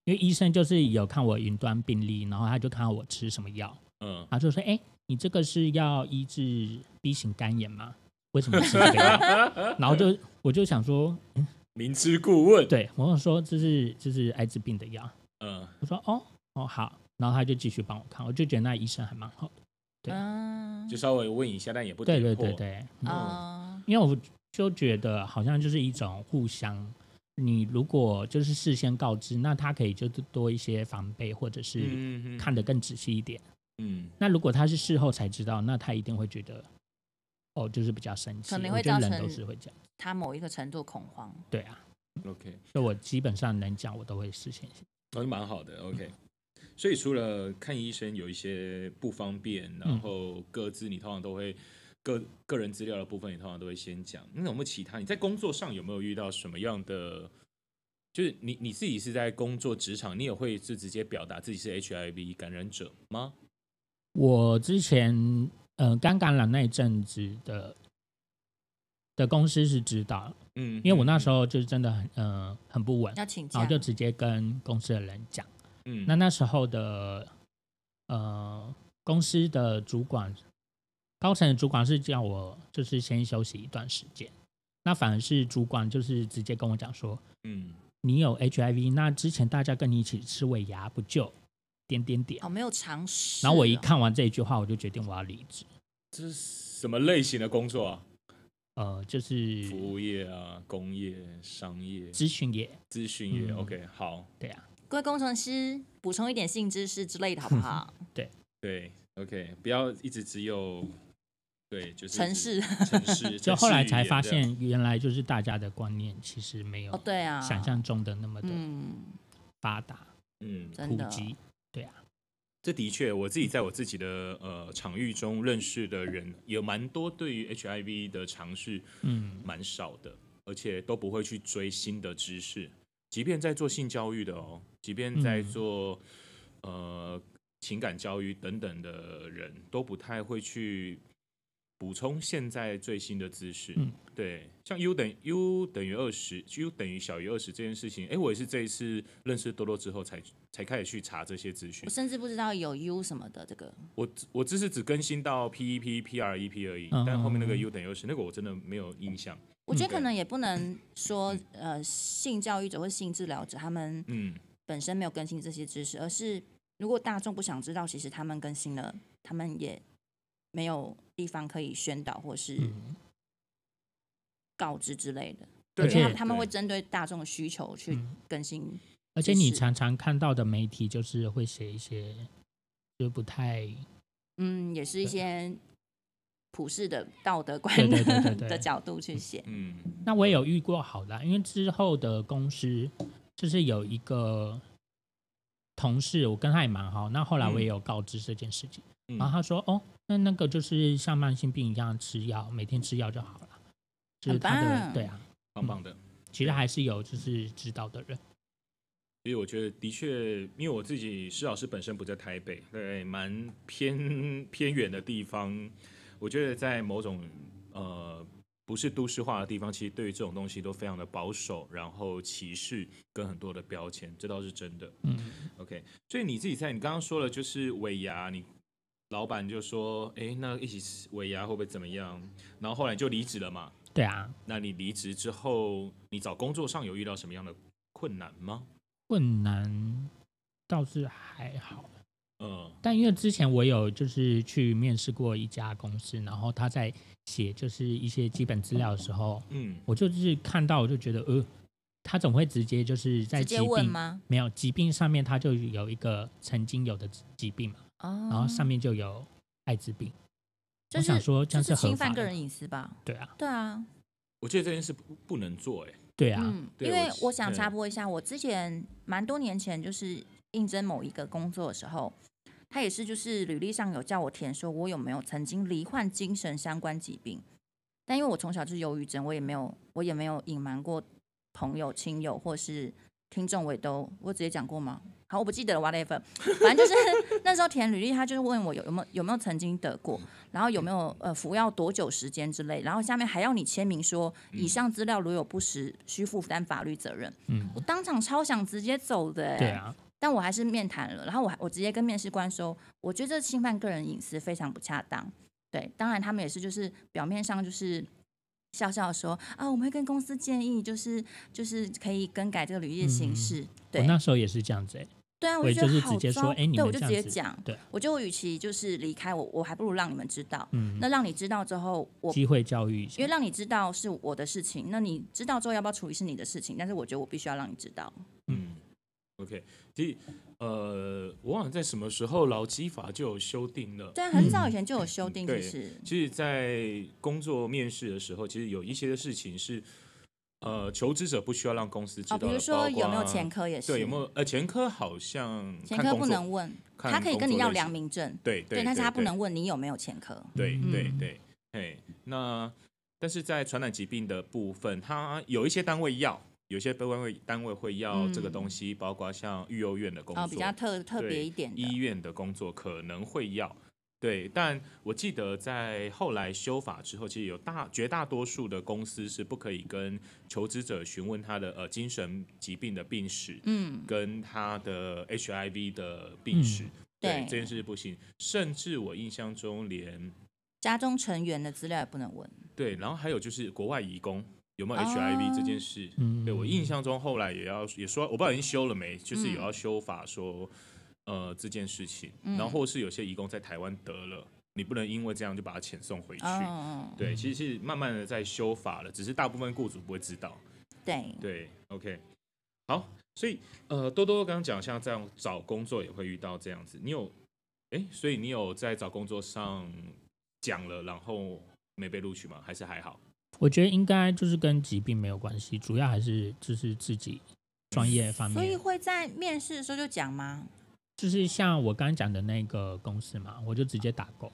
[SPEAKER 1] 因为医生就是有看我云端病历，然后他就看我吃什么药，
[SPEAKER 3] 嗯，
[SPEAKER 1] 他就说：“哎，你这个是要医治 B 型肝炎吗？为什么吃这个 药？”然后就我就想说， 嗯
[SPEAKER 3] 明知故问，
[SPEAKER 1] 对我就说这是这是艾滋病的药。
[SPEAKER 3] 嗯，
[SPEAKER 1] 我说：“哦哦好。”然后他就继续帮我看，我就觉得那医生还蛮好的。对
[SPEAKER 2] 嗯
[SPEAKER 3] 就，稍微问一下，但也不
[SPEAKER 1] 对对
[SPEAKER 3] 点破
[SPEAKER 1] 对，对，嗯
[SPEAKER 2] 啊，
[SPEAKER 1] 因为我就觉得好像就是一种互相，你如果就是事先告知，那他可以就多一些防备，或者是
[SPEAKER 3] 嗯嗯
[SPEAKER 1] 看得更仔细一点。
[SPEAKER 3] 嗯，
[SPEAKER 1] 那如果他是事后才知道，那他一定会觉得，哦，就是比较生气。
[SPEAKER 2] 可能
[SPEAKER 1] 我
[SPEAKER 2] 会
[SPEAKER 1] 觉
[SPEAKER 2] 造
[SPEAKER 1] 得人
[SPEAKER 2] 成
[SPEAKER 1] 都是会这样，
[SPEAKER 2] 他某一个程度恐慌，
[SPEAKER 1] 对啊。
[SPEAKER 3] 嗯，OK，
[SPEAKER 1] 所以我基本上能讲，我都会事先先。
[SPEAKER 3] 那就哦蛮好的，OK。所以除了看医生有一些不方便，
[SPEAKER 1] 嗯
[SPEAKER 3] 然后各自你通常都会个个人资料的部分，你通常都会先讲。那有没有其他？你在工作上有没有遇到什么样的？就是你你自己是在工作职场，你也会是直接表达自己是 HIV 感染者吗？
[SPEAKER 1] 我之前，嗯、呃，刚感染那一阵子的的公司是知道，
[SPEAKER 3] 嗯，
[SPEAKER 1] 因为我那时
[SPEAKER 3] 候，
[SPEAKER 1] 候就是真的很，呃，很不稳，
[SPEAKER 2] 要请假
[SPEAKER 1] 然后，就直接跟公司的人讲。
[SPEAKER 3] 嗯，
[SPEAKER 1] 那那时候的呃公司的主管，高层的主管是叫我就是先休息一段时间，那反而是主管就是直接跟我讲说，
[SPEAKER 3] 嗯，
[SPEAKER 1] 你有 HIV，那之前大家跟你一起吃尾牙不就点点点
[SPEAKER 2] 哦，，没有常识哦，
[SPEAKER 1] 然后我一看完这一句话，我就决定我要离职，
[SPEAKER 3] 这是什么类型的工作啊？
[SPEAKER 1] 呃，就是
[SPEAKER 3] 服务业啊，工业、商业、
[SPEAKER 1] 咨询业，
[SPEAKER 3] 资讯业。
[SPEAKER 1] 嗯
[SPEAKER 3] OK，好，
[SPEAKER 1] 对啊，
[SPEAKER 2] 各位工程师补充一点性知识之类的好 不好？
[SPEAKER 3] 对，OK，不要一直只有对，就是
[SPEAKER 2] 城市
[SPEAKER 3] 城 市，
[SPEAKER 1] 就
[SPEAKER 3] 城
[SPEAKER 1] 后来
[SPEAKER 3] 市语
[SPEAKER 1] 才
[SPEAKER 3] 言
[SPEAKER 1] 发
[SPEAKER 3] 这样，
[SPEAKER 1] 现，原来就是大家的观念其实没
[SPEAKER 2] 哦，
[SPEAKER 1] 有
[SPEAKER 2] 对啊，
[SPEAKER 1] 想，象中的那么的
[SPEAKER 2] 嗯，
[SPEAKER 1] 发达
[SPEAKER 3] 嗯，
[SPEAKER 2] 真
[SPEAKER 1] 普
[SPEAKER 2] 的，
[SPEAKER 1] 及。
[SPEAKER 3] 这的确，我自己在我自己的呃场域中认识的人，有蛮多对于 HIV 的尝试
[SPEAKER 1] 嗯，
[SPEAKER 3] 蛮少的，而且都不会去追新的知识，即便在做性教育的哦，即便在
[SPEAKER 1] 嗯
[SPEAKER 3] 做、呃情感教育等等的人，都不太会去补充现在最新的知识。
[SPEAKER 1] 嗯
[SPEAKER 3] 对，像 U 等 U 等于二十，U 等于小于二十这件事情，哎，我也是这一次认识多多之后才才开始去查这些资讯
[SPEAKER 2] 我。甚至不知道有 U 什么的这个，
[SPEAKER 3] 我只我只是只更新到 PEP、PREP 而已，
[SPEAKER 1] 嗯
[SPEAKER 3] 但后面那个
[SPEAKER 1] 嗯嗯
[SPEAKER 3] U 等于二十，那个我真的没有印象。
[SPEAKER 1] 嗯
[SPEAKER 2] 我觉得
[SPEAKER 3] 对
[SPEAKER 2] 可能也不能说，呃，性教育者或性治疗者他们
[SPEAKER 3] 嗯，
[SPEAKER 2] 本身没有更新这些知识，而是如果大众不想知道，其实他们更新了，他们也没有地方可以宣导或是
[SPEAKER 1] 嗯
[SPEAKER 2] 告知之类的。
[SPEAKER 3] 对
[SPEAKER 1] 而且
[SPEAKER 2] 他他们
[SPEAKER 3] 对
[SPEAKER 2] 会针对大众的需求去
[SPEAKER 1] 嗯
[SPEAKER 2] 更新，
[SPEAKER 1] 而且
[SPEAKER 2] 知
[SPEAKER 1] 你
[SPEAKER 2] 识
[SPEAKER 1] 常常看到的媒体就是会写一些就不太
[SPEAKER 2] 嗯，也是一些普世的道德观
[SPEAKER 1] 对
[SPEAKER 2] 的
[SPEAKER 1] 对对对对
[SPEAKER 2] 的角度去写。
[SPEAKER 3] 嗯。
[SPEAKER 1] 那我也有遇过好啦，因为之后的公司就是有一个同事，我跟他也蛮好。那后来我也有告知这件事情，
[SPEAKER 3] 嗯
[SPEAKER 1] 然后他说：“哦，那那个就是像慢性病一样吃药，每天吃药就好了。”就是他
[SPEAKER 2] 很
[SPEAKER 1] 的
[SPEAKER 2] 棒
[SPEAKER 1] 对啊，
[SPEAKER 3] 棒棒的。
[SPEAKER 1] 其实还是有就是知道的人，
[SPEAKER 3] 所以我觉得的确，因为我自己施老师本身不在台北，对，蛮偏偏远的地方。我觉得在某种呃不是都市化的地方，其实对于这种东西都非常的保守，然后歧视跟很多的标签，这倒是真的。
[SPEAKER 1] 嗯，
[SPEAKER 3] OK，所以你自己在你刚刚说了，就是尾牙，你老板就说，哎，那一起吃尾牙会不会怎么样？然后后来就离职了嘛。
[SPEAKER 1] 对啊，
[SPEAKER 3] 那你离职之后，你找工作上有遇到什么样的困难吗？
[SPEAKER 1] 困难倒是还好，
[SPEAKER 3] 嗯
[SPEAKER 1] 但因为之前我有就是去面试过一家公司，然后他在写就是一些基本资料的时候，
[SPEAKER 3] 嗯，
[SPEAKER 1] 我就是看到我就觉得呃，他总会直接就是在
[SPEAKER 2] 直
[SPEAKER 1] 疾
[SPEAKER 2] 接问
[SPEAKER 1] 病
[SPEAKER 2] 吗？
[SPEAKER 1] 没有疾病上面他就有一个曾经有的疾病嘛，
[SPEAKER 2] 哦，
[SPEAKER 1] 然后上面就有呃艾滋病，
[SPEAKER 2] 就
[SPEAKER 1] 我
[SPEAKER 2] 是
[SPEAKER 1] 想说这
[SPEAKER 2] 就
[SPEAKER 1] 样
[SPEAKER 2] 是
[SPEAKER 1] 合
[SPEAKER 2] 侵
[SPEAKER 1] 法
[SPEAKER 2] 犯
[SPEAKER 1] 的吗
[SPEAKER 2] 个人隐私吧？
[SPEAKER 1] 对啊，
[SPEAKER 2] 对啊，
[SPEAKER 3] 我觉得这件事不不能做、哎，
[SPEAKER 1] 对啊，
[SPEAKER 2] 嗯，
[SPEAKER 3] 对
[SPEAKER 2] 因为
[SPEAKER 3] 我
[SPEAKER 2] 我想插
[SPEAKER 3] 嗯
[SPEAKER 2] 播一下，我之前蛮多年前就是应征某一个工作的时候，他也是就是履历上有叫我填说我有没有曾经罹患精神相关疾病，但因为我从小就是忧郁症，我也没有我也没有隐瞒过朋友、亲友或是听众，我也都我直接讲过吗？好，我不记得了，whatever，反正就是 那时候填履历，他就是问我有有没有有没有曾经得过，然后有没有呃服药多久时间之类，然后下面还要你签名说以上资料如有不实，需负担法律责任。
[SPEAKER 1] 嗯，
[SPEAKER 2] 我当场超想直接走的、欸，
[SPEAKER 1] 对，啊，
[SPEAKER 2] 但我还是面谈了，然后我还我直接跟面试官说，我觉得这侵犯个人隐私非常不恰当。对，当然他们也是就是表面上就是笑笑说啊，我们会跟公司建议，就是就是可以更改这个履历的形式。
[SPEAKER 1] 嗯我
[SPEAKER 2] 对
[SPEAKER 1] 那时候也是这样子、欸，
[SPEAKER 2] 对啊，
[SPEAKER 1] 我
[SPEAKER 2] 我
[SPEAKER 1] 也
[SPEAKER 2] 觉
[SPEAKER 1] 就是
[SPEAKER 2] 得
[SPEAKER 1] 直
[SPEAKER 2] 好
[SPEAKER 1] 接说
[SPEAKER 2] 糟
[SPEAKER 1] 哎你们
[SPEAKER 2] 对我就
[SPEAKER 1] 这
[SPEAKER 2] 直
[SPEAKER 1] 样
[SPEAKER 2] 接
[SPEAKER 1] 子
[SPEAKER 2] 讲，
[SPEAKER 1] 对
[SPEAKER 2] 我就与其就是离开我，我还不如让你们知道。
[SPEAKER 1] 嗯，
[SPEAKER 2] 那让你知道之后，我
[SPEAKER 1] 机会教育一下
[SPEAKER 2] 因为让你知道是我的事情，那你知道之后要不要处理是你的事情，但是我觉得我必须要让你知道。
[SPEAKER 3] 嗯，OK，其实呃，我忘了在什么时候劳基法就有修订了。
[SPEAKER 2] 对，很早以前就有修订，
[SPEAKER 3] 嗯对
[SPEAKER 2] 其实
[SPEAKER 3] 其实，在工作面试的时候，其实有一些事情是，呃，求职者不需要让公司知道
[SPEAKER 2] 哦，
[SPEAKER 3] 的，
[SPEAKER 2] 比如说
[SPEAKER 3] 包括
[SPEAKER 2] 有没有前科也是，
[SPEAKER 3] 对，有没有呃前科好像
[SPEAKER 2] 前
[SPEAKER 3] 看
[SPEAKER 2] 科
[SPEAKER 3] 工
[SPEAKER 2] 不
[SPEAKER 3] 作
[SPEAKER 2] 能问，
[SPEAKER 3] 看
[SPEAKER 2] 他可以
[SPEAKER 3] 工
[SPEAKER 2] 跟你
[SPEAKER 3] 作
[SPEAKER 2] 要
[SPEAKER 3] 类
[SPEAKER 2] 良
[SPEAKER 3] 型
[SPEAKER 2] 民证，
[SPEAKER 3] 对对，
[SPEAKER 2] 但是他
[SPEAKER 3] 对
[SPEAKER 2] 不能问你有没有前科。
[SPEAKER 3] 对
[SPEAKER 1] 嗯
[SPEAKER 3] 对
[SPEAKER 2] 嗯
[SPEAKER 3] 对，哎，那但是在传染疾病的部分，它有一些单位要，有些单位单位会要这个东西，包括像育幼院的工
[SPEAKER 2] 哦，比
[SPEAKER 3] 作，
[SPEAKER 2] 较特特
[SPEAKER 3] 对
[SPEAKER 2] 别一点
[SPEAKER 3] 医
[SPEAKER 2] 的，
[SPEAKER 3] 院的工作可能会要。对，但我记得在后来修法之后，其实有大绝大多数的公司是不可以跟求职者询问他的呃精神疾病的病史，
[SPEAKER 2] 嗯，
[SPEAKER 3] 跟他的 HIV 的病史，
[SPEAKER 1] 嗯
[SPEAKER 3] 对
[SPEAKER 2] 对
[SPEAKER 3] 这件事不行。甚至我印象中连
[SPEAKER 2] 家中成员的资料也不能问。
[SPEAKER 3] 对，然后还有就是国外移工有没有
[SPEAKER 2] 哦
[SPEAKER 3] HIV 这件事，
[SPEAKER 1] 嗯
[SPEAKER 3] 对我印象中后来也要也说，我不知道已经修了没，就是有要修法说，呃这件事情，然后或是有些移工在台湾得了，你不能因为这样就把他遣送回去。
[SPEAKER 2] 哦，
[SPEAKER 3] 对，其实是慢慢的在修法了，只是大部分雇主不会知道。
[SPEAKER 2] 对，
[SPEAKER 3] 对，OK，好，所以呃，多多刚刚讲，像这样找工作也会遇到这样子，你有，哎，所以你有在找工作上讲了，然后没被录取吗？还是还好？
[SPEAKER 1] 我觉得应该就是跟疾病没有关系，主要还是就是自己专业方
[SPEAKER 2] 所以
[SPEAKER 1] 面，
[SPEAKER 2] 会在面试的时候就讲吗？
[SPEAKER 1] 就是像我刚刚讲的那个公司嘛，我就直接打勾，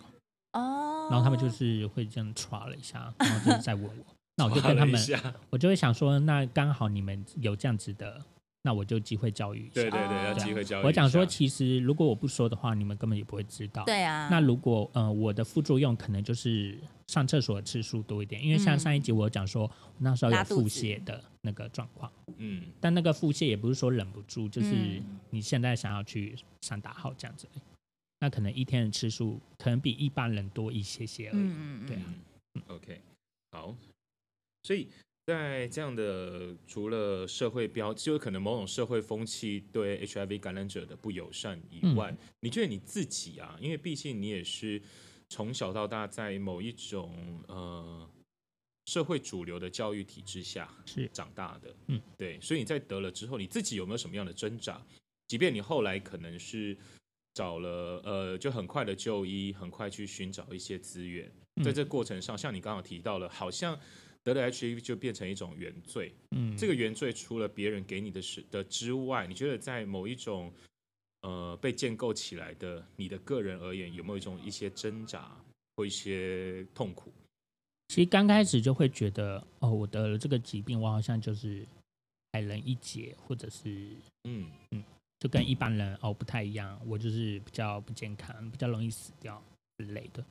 [SPEAKER 2] 哦，
[SPEAKER 1] 然后他们就是会这样刷了一下，然后就再问我，那我就
[SPEAKER 3] 看
[SPEAKER 1] 跟他
[SPEAKER 3] 了一
[SPEAKER 1] 们，
[SPEAKER 3] 下，
[SPEAKER 1] 我就会想说，那刚好你们有这样子的，那我就机会教育一下。
[SPEAKER 3] 对对对，要
[SPEAKER 2] 哦
[SPEAKER 3] 机会教育一下。
[SPEAKER 1] 我讲说，其实如果我不说的话，你们根本也不会知道。
[SPEAKER 2] 对啊，
[SPEAKER 1] 那如果呃我的副作用可能就是上厕所的次数多一点，因为像
[SPEAKER 2] 嗯
[SPEAKER 1] 上一集我有讲说那时候有
[SPEAKER 2] 拉肚
[SPEAKER 1] 腹
[SPEAKER 2] 子
[SPEAKER 1] 泻的那个状况，
[SPEAKER 3] 嗯，
[SPEAKER 1] 但那个腹泻也不是说忍不住，就是
[SPEAKER 2] 嗯
[SPEAKER 1] 你现在想要去上大号这样子而已，那可能一天的次数可能比一般人多一些些而已。
[SPEAKER 2] 嗯嗯
[SPEAKER 1] 对
[SPEAKER 2] 嗯，
[SPEAKER 1] 啊
[SPEAKER 3] 嗯，OK，好，所以。在这样的除了社会标，就可能某种社会风气对 HIV 感染者的不友善
[SPEAKER 1] 嗯
[SPEAKER 3] 以外，你觉得你自己啊？因为毕竟你也是从小到大在某一种呃社会主流的教育体制下
[SPEAKER 1] 是
[SPEAKER 3] 长大的，
[SPEAKER 1] 嗯，
[SPEAKER 3] 对，所以你在得了之后，你自己有没有什么样的挣扎？即便你后来可能是找了呃，就很快的就医，很快去寻找一些资源，
[SPEAKER 1] 嗯
[SPEAKER 3] 在这过程上，像你刚好提到了，好像得了 HIV 就变成一种原罪。
[SPEAKER 1] 嗯，
[SPEAKER 3] 这个原罪除了别人给你的是的之外，你觉得在某一种呃被建构起来的你的个人而言，有没有一种一些挣扎或一些痛苦？
[SPEAKER 1] 其实刚开始就会觉得，哦，我得了这个疾病，我好像就是矮人一截，或者是
[SPEAKER 3] 嗯，
[SPEAKER 1] 就跟一般人哦不太一样，我就是比较不健康，比较容易死掉之类的。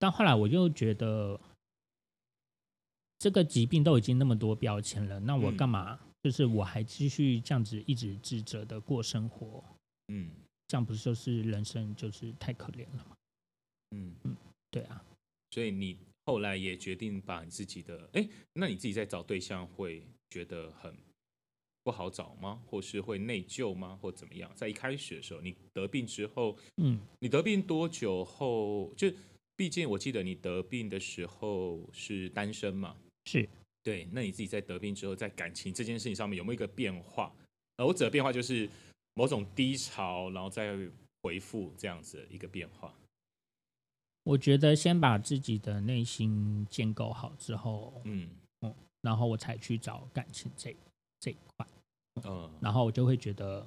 [SPEAKER 1] 但后来我又觉得，这个疾病都已经那么多标签了，那我
[SPEAKER 3] 嗯
[SPEAKER 1] 干嘛？就是我还继续这样子一直自责的过生活，
[SPEAKER 3] 嗯
[SPEAKER 1] 这样不是就是人生就是太可怜了吗？
[SPEAKER 3] 嗯，
[SPEAKER 1] 对啊，
[SPEAKER 3] 所以你后来也决定把你自己的，哎，那你自己在找对象会觉得很不好找吗？或是会内疚吗？或怎么样？在一开始的时候，你得病之后，
[SPEAKER 1] 嗯，
[SPEAKER 3] 你得病多久后？就毕竟我记得你得病的时候是单身嘛，
[SPEAKER 1] 是
[SPEAKER 3] 对，那你自己在得病之后，在感情这件事情上面有没有一个变化？呃，我指的变化就是某种低潮，然后再回复这样子的一个变化。
[SPEAKER 1] 我觉得先把自己的内心建构好之后，
[SPEAKER 3] 嗯
[SPEAKER 1] 然后我才去找感情这这一块。
[SPEAKER 3] 嗯
[SPEAKER 1] 然后我就会觉得，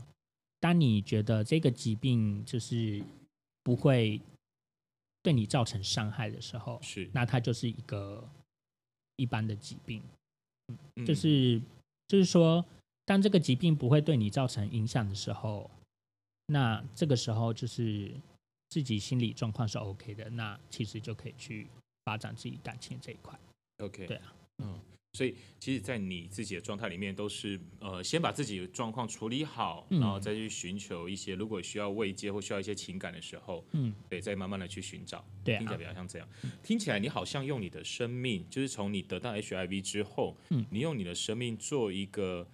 [SPEAKER 1] 当你觉得这个疾病就是不会对你造成伤害的时候，
[SPEAKER 3] 是
[SPEAKER 1] 那它就是一个一般的疾病，
[SPEAKER 3] 嗯
[SPEAKER 1] 就是就是说，当这个疾病不会对你造成影响的时候，那这个时候就是自己心理状况是 OK 的，那其实就可以去发展自己感情这一块。
[SPEAKER 3] OK，
[SPEAKER 1] 对啊，
[SPEAKER 3] 嗯，所以其实，在你自己的状态里面，都是呃，先把自己的状况处理好，
[SPEAKER 1] 嗯
[SPEAKER 3] 然后再去寻求一些，如果需要慰藉或需要一些情感的时候，
[SPEAKER 1] 嗯，
[SPEAKER 3] 对，再慢慢的去寻找。
[SPEAKER 1] 对
[SPEAKER 3] 听起来
[SPEAKER 1] 啊
[SPEAKER 3] 比，较像这样。听起来你好像用你的生命，就是从你得到 HIV 之后，
[SPEAKER 1] 嗯
[SPEAKER 3] 你用你的生命做一个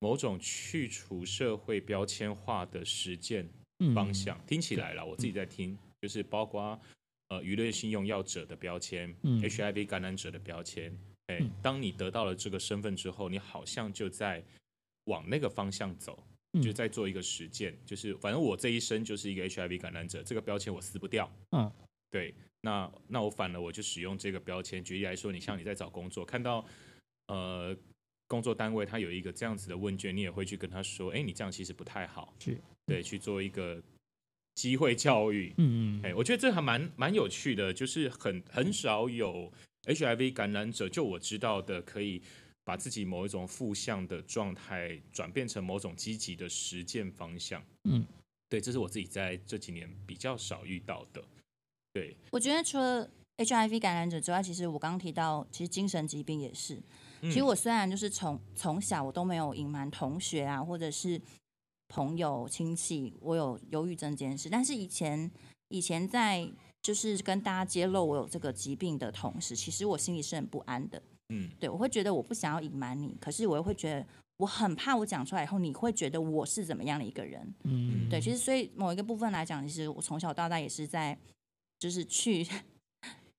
[SPEAKER 3] 某种去除社会标签化的实践
[SPEAKER 1] 嗯
[SPEAKER 3] 方向。听起来了，我自己在听，就是包括呃娱乐性用药者的标签、
[SPEAKER 1] 嗯
[SPEAKER 3] HIV 感染者的标签。哎、
[SPEAKER 1] 嗯
[SPEAKER 3] 当你得到了这个身份之后，你好像就在往那个方向走。
[SPEAKER 1] 嗯
[SPEAKER 3] 就在做一个实践，就是反正我这一生就是一个 HIV 感染者，这个标签我撕不掉。
[SPEAKER 1] 嗯，
[SPEAKER 3] 对，那那我反了，我就使用这个标签。举例来说，你像你在找工作，看到呃工作单位它有一个这样子的问卷，你也会去跟他说，哎，你这样其实不太好，
[SPEAKER 1] 是，
[SPEAKER 3] 对，去做一个机会教育。
[SPEAKER 1] 嗯
[SPEAKER 3] 哎、
[SPEAKER 1] 嗯，
[SPEAKER 3] 我觉得这还蛮蛮有趣的，就是很很少有 HIV 感染者，就我知道的，可以把自己某一种负向的状态转变成某种积极的实践方向。
[SPEAKER 1] 嗯，
[SPEAKER 3] 对，这是我自己在这几年比较少遇到的。对，
[SPEAKER 2] 我觉得除了 HIV 感染者之外，其实我刚刚提到，其实精神疾病也是。
[SPEAKER 3] 嗯
[SPEAKER 2] 其实我虽然就是从从小我都没有隐瞒同学啊，或者是朋友亲戚，我有忧郁症这件事，但是以前以前在就是跟大家揭露我有这个疾病的同时，其实我心里是很不安的。
[SPEAKER 3] 嗯
[SPEAKER 2] 对，我会觉得我不想要隐瞒你，可是我又会觉得我很怕我讲出来以后，你会觉得我是怎么样的一个人。
[SPEAKER 1] 嗯，
[SPEAKER 2] 对，其实所以某一个部分来讲，其实我从小到大也是在，就是去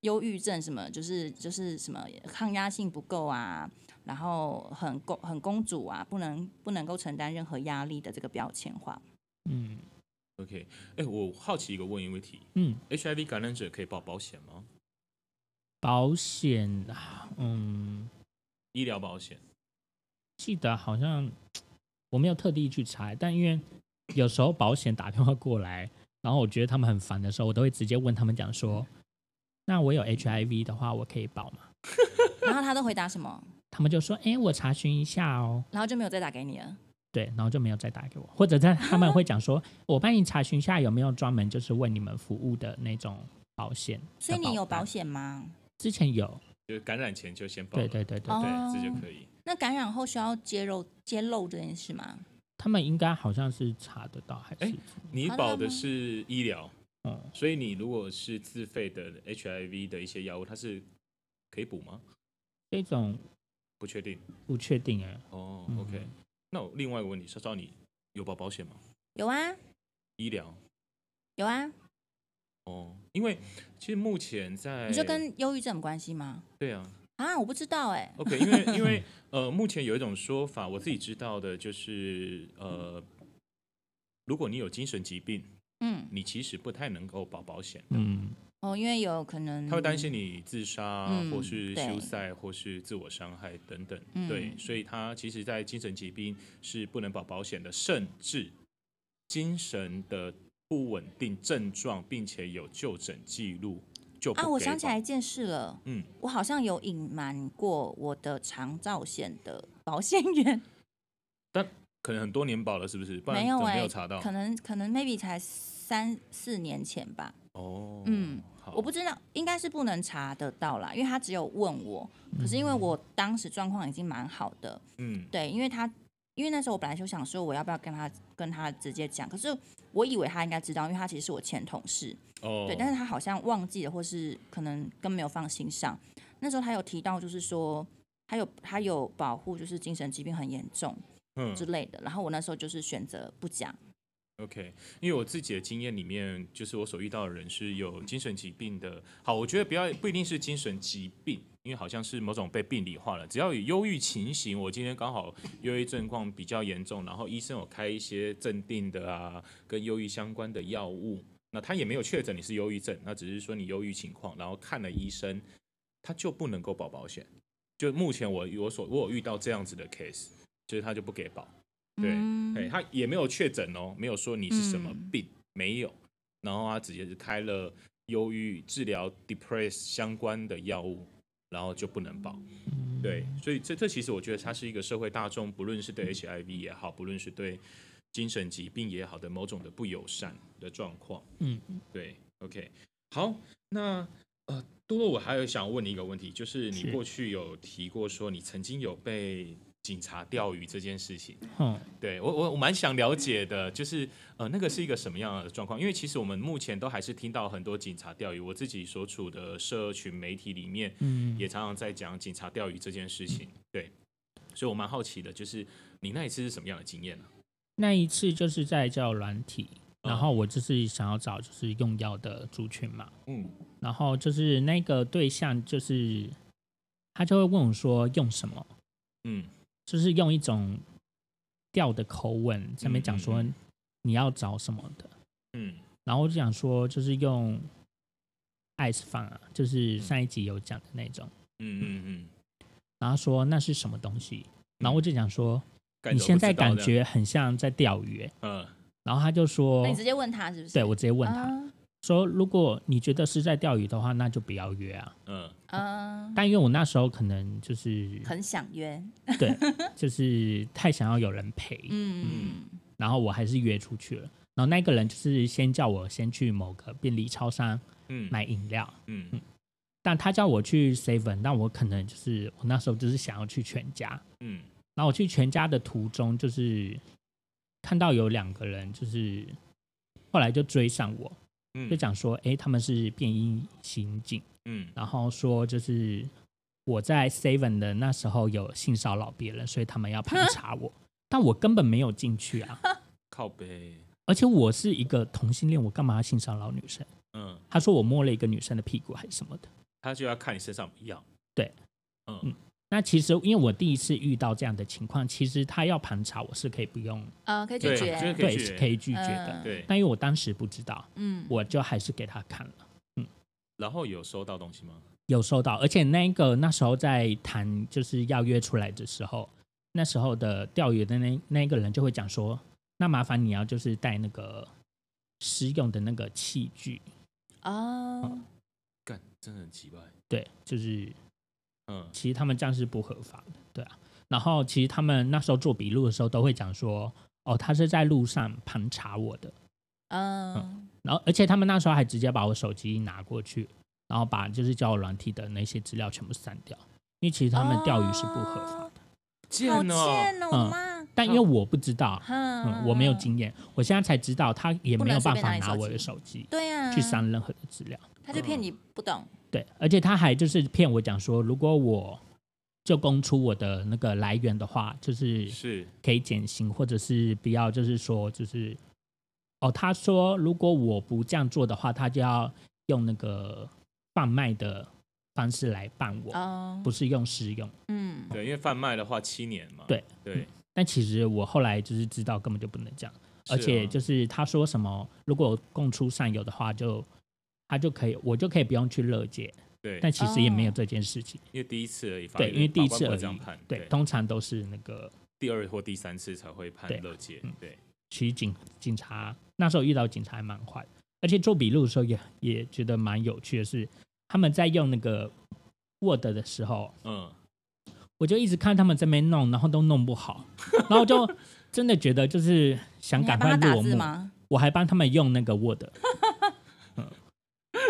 [SPEAKER 2] 忧郁症什么，就是就是什么抗压性不够啊，然后很公很公主啊，不能不能够承担任何压力的这个标签化。
[SPEAKER 1] 嗯
[SPEAKER 3] ，OK，哎、我好奇一个问一个问题
[SPEAKER 1] 嗯。
[SPEAKER 3] ：HIV 感染者可以报保险吗？
[SPEAKER 1] 保险，啊，嗯，
[SPEAKER 3] 医疗保险？
[SPEAKER 1] 记得好像我没有特地去查，但因为有时候保险打电话过来，然后我觉得他们很烦的时候，我都会直接问他们讲说，那我有 HIV 的话，我可以保吗？
[SPEAKER 2] 然后他都回答什么，
[SPEAKER 1] 他们就说，哎，我查询一下哦，
[SPEAKER 2] 然后就没有再打给你了。
[SPEAKER 1] 对，然后就没有再打给我，或者在他们会讲说，我帮你查询一下有没有专门就是为你们服务的那种保险的保单，
[SPEAKER 2] 所以你有保险吗？
[SPEAKER 1] 之前有，
[SPEAKER 3] 就是感染前就先报
[SPEAKER 1] 对
[SPEAKER 3] 了，
[SPEAKER 1] 对对对，
[SPEAKER 2] 哦
[SPEAKER 3] 对，这就可以。
[SPEAKER 2] 那感染后需要揭露揭露这件事吗？
[SPEAKER 1] 他们应该好像是查得到还是
[SPEAKER 3] 哎
[SPEAKER 1] 怎么
[SPEAKER 3] 你
[SPEAKER 2] 好
[SPEAKER 3] 保
[SPEAKER 2] 的
[SPEAKER 3] 的
[SPEAKER 2] 吗
[SPEAKER 3] 是医疗，
[SPEAKER 1] 样？嗯，
[SPEAKER 3] 所以你如果是自费的 HIV 的一些药物，它是可以补吗？
[SPEAKER 1] 这种
[SPEAKER 3] 不确定。
[SPEAKER 1] 不确定哎、
[SPEAKER 3] 哦、
[SPEAKER 1] 嗯
[SPEAKER 3] o k 那我另外一个问题，稍稍你有保保险吗？
[SPEAKER 2] 有啊，
[SPEAKER 3] 医疗
[SPEAKER 2] 有啊，
[SPEAKER 3] 哦，因为其实目前在
[SPEAKER 2] 你说跟忧郁症有关系吗？
[SPEAKER 3] 对啊
[SPEAKER 2] 啊，我不知道哎、
[SPEAKER 3] ，OK，因为因 为呃，目前有一种说法，我自己知道的就是呃，如果你有精神疾病，
[SPEAKER 2] 嗯，
[SPEAKER 3] 你其实不太能够保保险，
[SPEAKER 1] 嗯，
[SPEAKER 2] 哦，因为有可能
[SPEAKER 3] 他会担心你自杀、啊
[SPEAKER 2] 嗯
[SPEAKER 3] 或是
[SPEAKER 2] 对
[SPEAKER 3] 休赛或是自我伤害等等，
[SPEAKER 2] 嗯
[SPEAKER 3] 对，所以他其实，在精神疾病是不能保保险的，甚至精神的不稳定症状，并且有就诊记录，就不
[SPEAKER 2] 啊，我
[SPEAKER 3] 给
[SPEAKER 2] 想起
[SPEAKER 3] 保
[SPEAKER 2] 来一件事了，
[SPEAKER 3] 嗯
[SPEAKER 2] 嗯，我好像有隐瞒过我的长照险的保险员，
[SPEAKER 3] 可能很多年保了，是不 是？不然
[SPEAKER 2] 没
[SPEAKER 3] 怎
[SPEAKER 2] 有
[SPEAKER 3] 么
[SPEAKER 2] 哎、
[SPEAKER 3] 没有查到
[SPEAKER 2] 可能可能 maybe 才三四年前吧，
[SPEAKER 3] 哦。
[SPEAKER 2] 嗯，
[SPEAKER 3] 好，
[SPEAKER 2] 我不知道，应该是不能查得到啦，因为他只有问我，可是因为我当时状况已经蛮好的，
[SPEAKER 3] 嗯
[SPEAKER 2] 对，因为他因为那时候我本来就想说我要不要跟他跟他直接讲，可是我以为他应该知道，因为他其实是我前同事，
[SPEAKER 3] 哦，
[SPEAKER 2] 对，但是他好像忘记了，或是可能根本没有放心上。那时候他有提到，就是说他有他有保护，就是精神疾病很严重
[SPEAKER 3] 嗯
[SPEAKER 2] 之类的。然后我那时候就是选择不讲，
[SPEAKER 3] OK，因为我自己的经验里面，就是我所遇到的人是有精神疾病的。好，我觉得不要不一定是精神疾病，因为好像是某种被病理化了。只要有忧郁情形，我今天刚好忧郁症况比较严重，然后医生有开一些镇定的啊，跟忧郁相关的药物。那他也没有确诊你是忧郁症，那只是说你忧郁情况，然后看了医生，他就不能够保保险。就目前我我所我有遇到这样子的 case，就是他就不给保。对，
[SPEAKER 2] 嗯
[SPEAKER 3] 哎、他也没有确诊哦，没有说你是什么
[SPEAKER 2] 嗯
[SPEAKER 3] 病，没有。然后他直接是开了忧郁治疗 depress 相关的药物，然后就不能保。
[SPEAKER 1] 嗯
[SPEAKER 3] 对，所以这这其实我觉得它是一个社会大众，不论是对 HIV 也好，不论是对精神疾病也好的某种的不友善的状况。
[SPEAKER 1] 嗯，
[SPEAKER 3] 对，OK，好，那呃，多多，我还有想问你一个问题，就是你
[SPEAKER 1] 是
[SPEAKER 3] 过去有提过说你曾经有被警察钓鱼这件事情。
[SPEAKER 1] 嗯，
[SPEAKER 3] 对我我我蛮想了解的，就是呃，那个是一个什么样的状况？因为其实我们目前都还是听到很多警察钓鱼，我自己所处的社群媒体里面，
[SPEAKER 1] 嗯
[SPEAKER 3] 也常常在讲警察钓鱼这件事情。对，所以我蛮好奇的，就是你那一次是什么样的经验呢、
[SPEAKER 1] 那一次就是在叫软体，
[SPEAKER 3] 嗯
[SPEAKER 1] 然后我就是想要找就是用药的族群嘛，
[SPEAKER 3] 嗯，
[SPEAKER 1] 然后就是那个对象就是他就会问我说用什么，
[SPEAKER 3] 嗯
[SPEAKER 1] 就是用一种调的口吻上面讲说
[SPEAKER 3] 嗯嗯
[SPEAKER 1] 你要找什么的，
[SPEAKER 3] 嗯
[SPEAKER 1] 然后我就想说就是用爱是放啊，就是上一集有讲的那种，
[SPEAKER 3] 嗯嗯嗯，
[SPEAKER 1] 然后他说那是什么东西，然后我就想说
[SPEAKER 3] 盖
[SPEAKER 1] 你
[SPEAKER 3] 着
[SPEAKER 1] 现在
[SPEAKER 3] 不知道
[SPEAKER 1] 感
[SPEAKER 3] 这样
[SPEAKER 1] 觉很像在钓鱼、欸
[SPEAKER 3] 嗯
[SPEAKER 1] 然后他就说
[SPEAKER 2] 那你直接问他是不是？
[SPEAKER 1] 对我直接问他。
[SPEAKER 2] 啊
[SPEAKER 1] 说，如果你觉得是在钓鱼的话，那就不要约啊。
[SPEAKER 3] 嗯
[SPEAKER 2] 嗯，
[SPEAKER 1] 但因为我那时候可能就是
[SPEAKER 2] 很想约，
[SPEAKER 1] 对，就是太想要有人陪，
[SPEAKER 2] 嗯
[SPEAKER 1] 然后我还是约出去了。然后那个人就是先叫我先去某个便利超商
[SPEAKER 3] 嗯
[SPEAKER 1] 买饮料，
[SPEAKER 3] 嗯
[SPEAKER 1] 但他叫我去 seven，但我可能就是我那时候就是想要去全家。
[SPEAKER 3] 嗯
[SPEAKER 1] 然后我去全家的途中，就是看到有两个人，就是后来就追上我，
[SPEAKER 3] 嗯，
[SPEAKER 1] 就讲啊说，诶，他们是便衣刑警。
[SPEAKER 3] 嗯
[SPEAKER 1] 然后说就是我在 Seven 的那时候有性骚扰别人，所以他们要盘查我，但我根本没有进去啊，
[SPEAKER 3] 靠背，
[SPEAKER 1] 而且我是一个同性恋，我干嘛要性骚扰女生？
[SPEAKER 3] 嗯，
[SPEAKER 1] 他说我摸了一个女生的屁股还是什么的。
[SPEAKER 3] 他就要看你身上有没有药。
[SPEAKER 1] 对，
[SPEAKER 3] 嗯
[SPEAKER 1] 嗯那其实因为我第一次遇到这样的情况，其实他要盘查我是可以不用，
[SPEAKER 2] 呃，可以拒
[SPEAKER 3] 对就是
[SPEAKER 2] 绝，
[SPEAKER 3] 可以
[SPEAKER 1] 对，
[SPEAKER 3] 拒绝
[SPEAKER 1] 是可以拒绝的。
[SPEAKER 2] 嗯
[SPEAKER 3] 对，
[SPEAKER 1] 但因为我当时不知道，
[SPEAKER 2] 嗯，
[SPEAKER 1] 我就还是给他看了。
[SPEAKER 3] 然后有收到东西吗？
[SPEAKER 1] 有收到，而且那个那时候在谈就是要约出来的时候，那时候的钓鱼的那那一个人就会讲说，那麻烦你要就是带那个私用的那个器具，
[SPEAKER 2] 哦，
[SPEAKER 3] 干，真的很奇怪。
[SPEAKER 1] 对，就是
[SPEAKER 3] 嗯
[SPEAKER 1] 其实他们这样是不合法的，对啊。然后其实他们那时候做笔录的时候都会讲说，哦，他是在路上盘查我的，
[SPEAKER 2] 嗯，
[SPEAKER 1] 然后而且他们那时候还直接把我手机拿过去，然后把就是交友软体的那些资料全部删掉，因为其实他们钓鱼是不合法的。嗯
[SPEAKER 3] 贱
[SPEAKER 2] 好
[SPEAKER 3] 哦，
[SPEAKER 2] 贱哦，我妈，
[SPEAKER 1] 但因为我不知道，
[SPEAKER 2] 嗯
[SPEAKER 1] 嗯，我没有经验，我现在才知道他也没有办法拿我的手机嗯
[SPEAKER 2] 对啊，
[SPEAKER 1] 去嗯删任何的资料。
[SPEAKER 2] 他就骗你不懂，
[SPEAKER 1] 对，而且他还就是骗我讲说，如果我就供出我的那个来源的话，就是
[SPEAKER 3] 是，
[SPEAKER 1] 可以减刑，或者是不要，就是说就是哦，他说如果我不这样做的话，他就要用那个贩卖的方式来办我，
[SPEAKER 2] 哦，
[SPEAKER 1] 不是用私用。
[SPEAKER 2] 嗯，
[SPEAKER 3] 对，因为贩卖的话七年嘛，
[SPEAKER 1] 对
[SPEAKER 3] 对，
[SPEAKER 1] 但其实我后来就是知道根本就不能这样。而且
[SPEAKER 3] 啊
[SPEAKER 1] 就是是他说什么，如果供出善友的话就，他就可以，我就可以不用去乐界。
[SPEAKER 3] 啊对，
[SPEAKER 1] 但其实也没有
[SPEAKER 2] 哦
[SPEAKER 1] 这件事情，
[SPEAKER 3] 因为第一次而已，法
[SPEAKER 1] 对，
[SPEAKER 3] 院
[SPEAKER 1] 因为第一
[SPEAKER 3] 法
[SPEAKER 1] 次而
[SPEAKER 3] 官不会
[SPEAKER 1] 已
[SPEAKER 3] 这样判，
[SPEAKER 1] 对，通常都是那个
[SPEAKER 3] 第二或第三次才会判
[SPEAKER 1] 对
[SPEAKER 3] 乐界
[SPEAKER 1] 嗯，
[SPEAKER 3] 对，
[SPEAKER 1] 其实警警察那时候遇到警察还蛮坏的，而且做笔录的时候也也觉得蛮有趣的是，他们在用那个 Word 的时候，
[SPEAKER 3] 嗯，
[SPEAKER 1] 我就一直看他们这边弄，然后都弄不好，然后我就真的觉得就是想
[SPEAKER 2] 你还
[SPEAKER 1] 赶
[SPEAKER 2] 帮
[SPEAKER 1] 快
[SPEAKER 2] 他打
[SPEAKER 1] 落
[SPEAKER 2] 字
[SPEAKER 1] 幕，
[SPEAKER 2] 吗？
[SPEAKER 1] 我还帮他们用那个 Word。嗯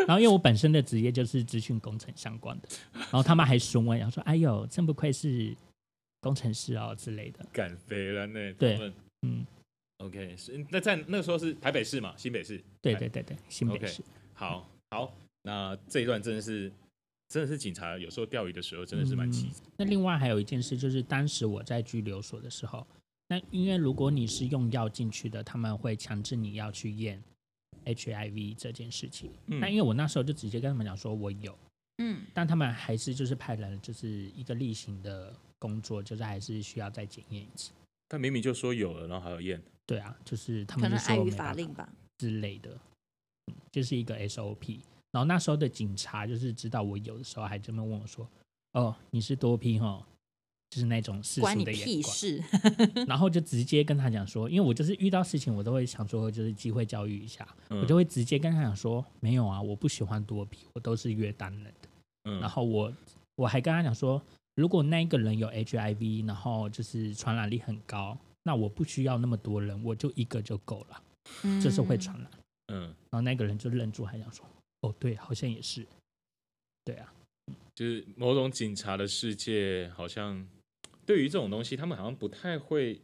[SPEAKER 1] 然后，因为我本身的职业就是资讯工程相关的，然后他们还询问，然后说：“哎呦，真不愧是工程师哦之类的。
[SPEAKER 3] 敢飞了那
[SPEAKER 1] 对
[SPEAKER 3] 他们”
[SPEAKER 1] 嗯，
[SPEAKER 3] OK，是那在那时候是台北市嘛，新北市。
[SPEAKER 1] 对对对对，新北
[SPEAKER 3] 哎 OK
[SPEAKER 1] 市
[SPEAKER 3] 好，好，那这一段真的是，真的是警察有时候钓鱼的时候真的是
[SPEAKER 1] 嗯
[SPEAKER 3] 蛮奇。
[SPEAKER 1] 那另外还有一件事，就是当时我在拘留所的时候，那因为如果你是用药进去的，他们会强制你要去验 HIV 这件事情。
[SPEAKER 3] 嗯
[SPEAKER 1] 那因为我那时候就直接跟他们讲说我有，
[SPEAKER 2] 嗯，
[SPEAKER 1] 但他们还是就是派人就是一个例行的工作，就是还是需要再检验一次。
[SPEAKER 3] 但明明就说有了，然后还要验。
[SPEAKER 1] 对啊，就是他
[SPEAKER 2] 可
[SPEAKER 1] 们就
[SPEAKER 2] 能
[SPEAKER 1] 说
[SPEAKER 2] 碍
[SPEAKER 1] 我
[SPEAKER 2] 于
[SPEAKER 1] 没办
[SPEAKER 2] 法
[SPEAKER 1] 法
[SPEAKER 2] 令吧。
[SPEAKER 1] 之类的，嗯就是一个 SOP。然后那时候的警察就是知道我有的时候还这么问我说：“哦，你是多批哦。”就是那种世
[SPEAKER 2] 关
[SPEAKER 1] 俗
[SPEAKER 2] 你
[SPEAKER 1] 的眼
[SPEAKER 2] 屁
[SPEAKER 1] 光，
[SPEAKER 2] 事！
[SPEAKER 1] 然后就直接跟他讲说，因为我就是遇到事情，我都会想说，就是机会教育一下，
[SPEAKER 3] 嗯
[SPEAKER 1] 我就会直接跟他讲说，没有啊，我不喜欢多比，我都是约单人的。
[SPEAKER 3] 嗯
[SPEAKER 1] 然后我我还跟他讲说，如果那一个人有 HIV，然后就是传染力很高，那我不需要那么多人，我就一个就够了，就是会传染。
[SPEAKER 3] 嗯，
[SPEAKER 1] 然后那个人就愣住，还想说，哦，对，好像也是，对啊，
[SPEAKER 3] 就是某种警察的世界，好像对于这种东西，他们好像不太会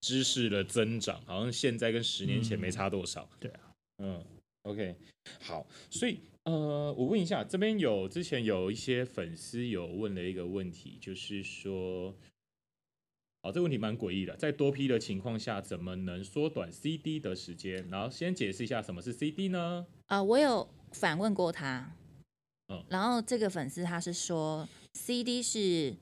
[SPEAKER 3] 知识的增长，好像现在跟十年
[SPEAKER 1] 嗯
[SPEAKER 3] 前没差多少。
[SPEAKER 1] 对啊，
[SPEAKER 3] 嗯，OK，好，所以呃，我问一下，这边有之前有一些粉丝有问了一个问题，就是说。好，这个问题蛮诡异的，在多批的情况下，怎么能缩短 CD 的时间？然后先解释一下什么是 CD 呢？
[SPEAKER 2] 呃，我有反问过他，
[SPEAKER 3] 嗯
[SPEAKER 2] 然后这个粉丝他是说，CD 是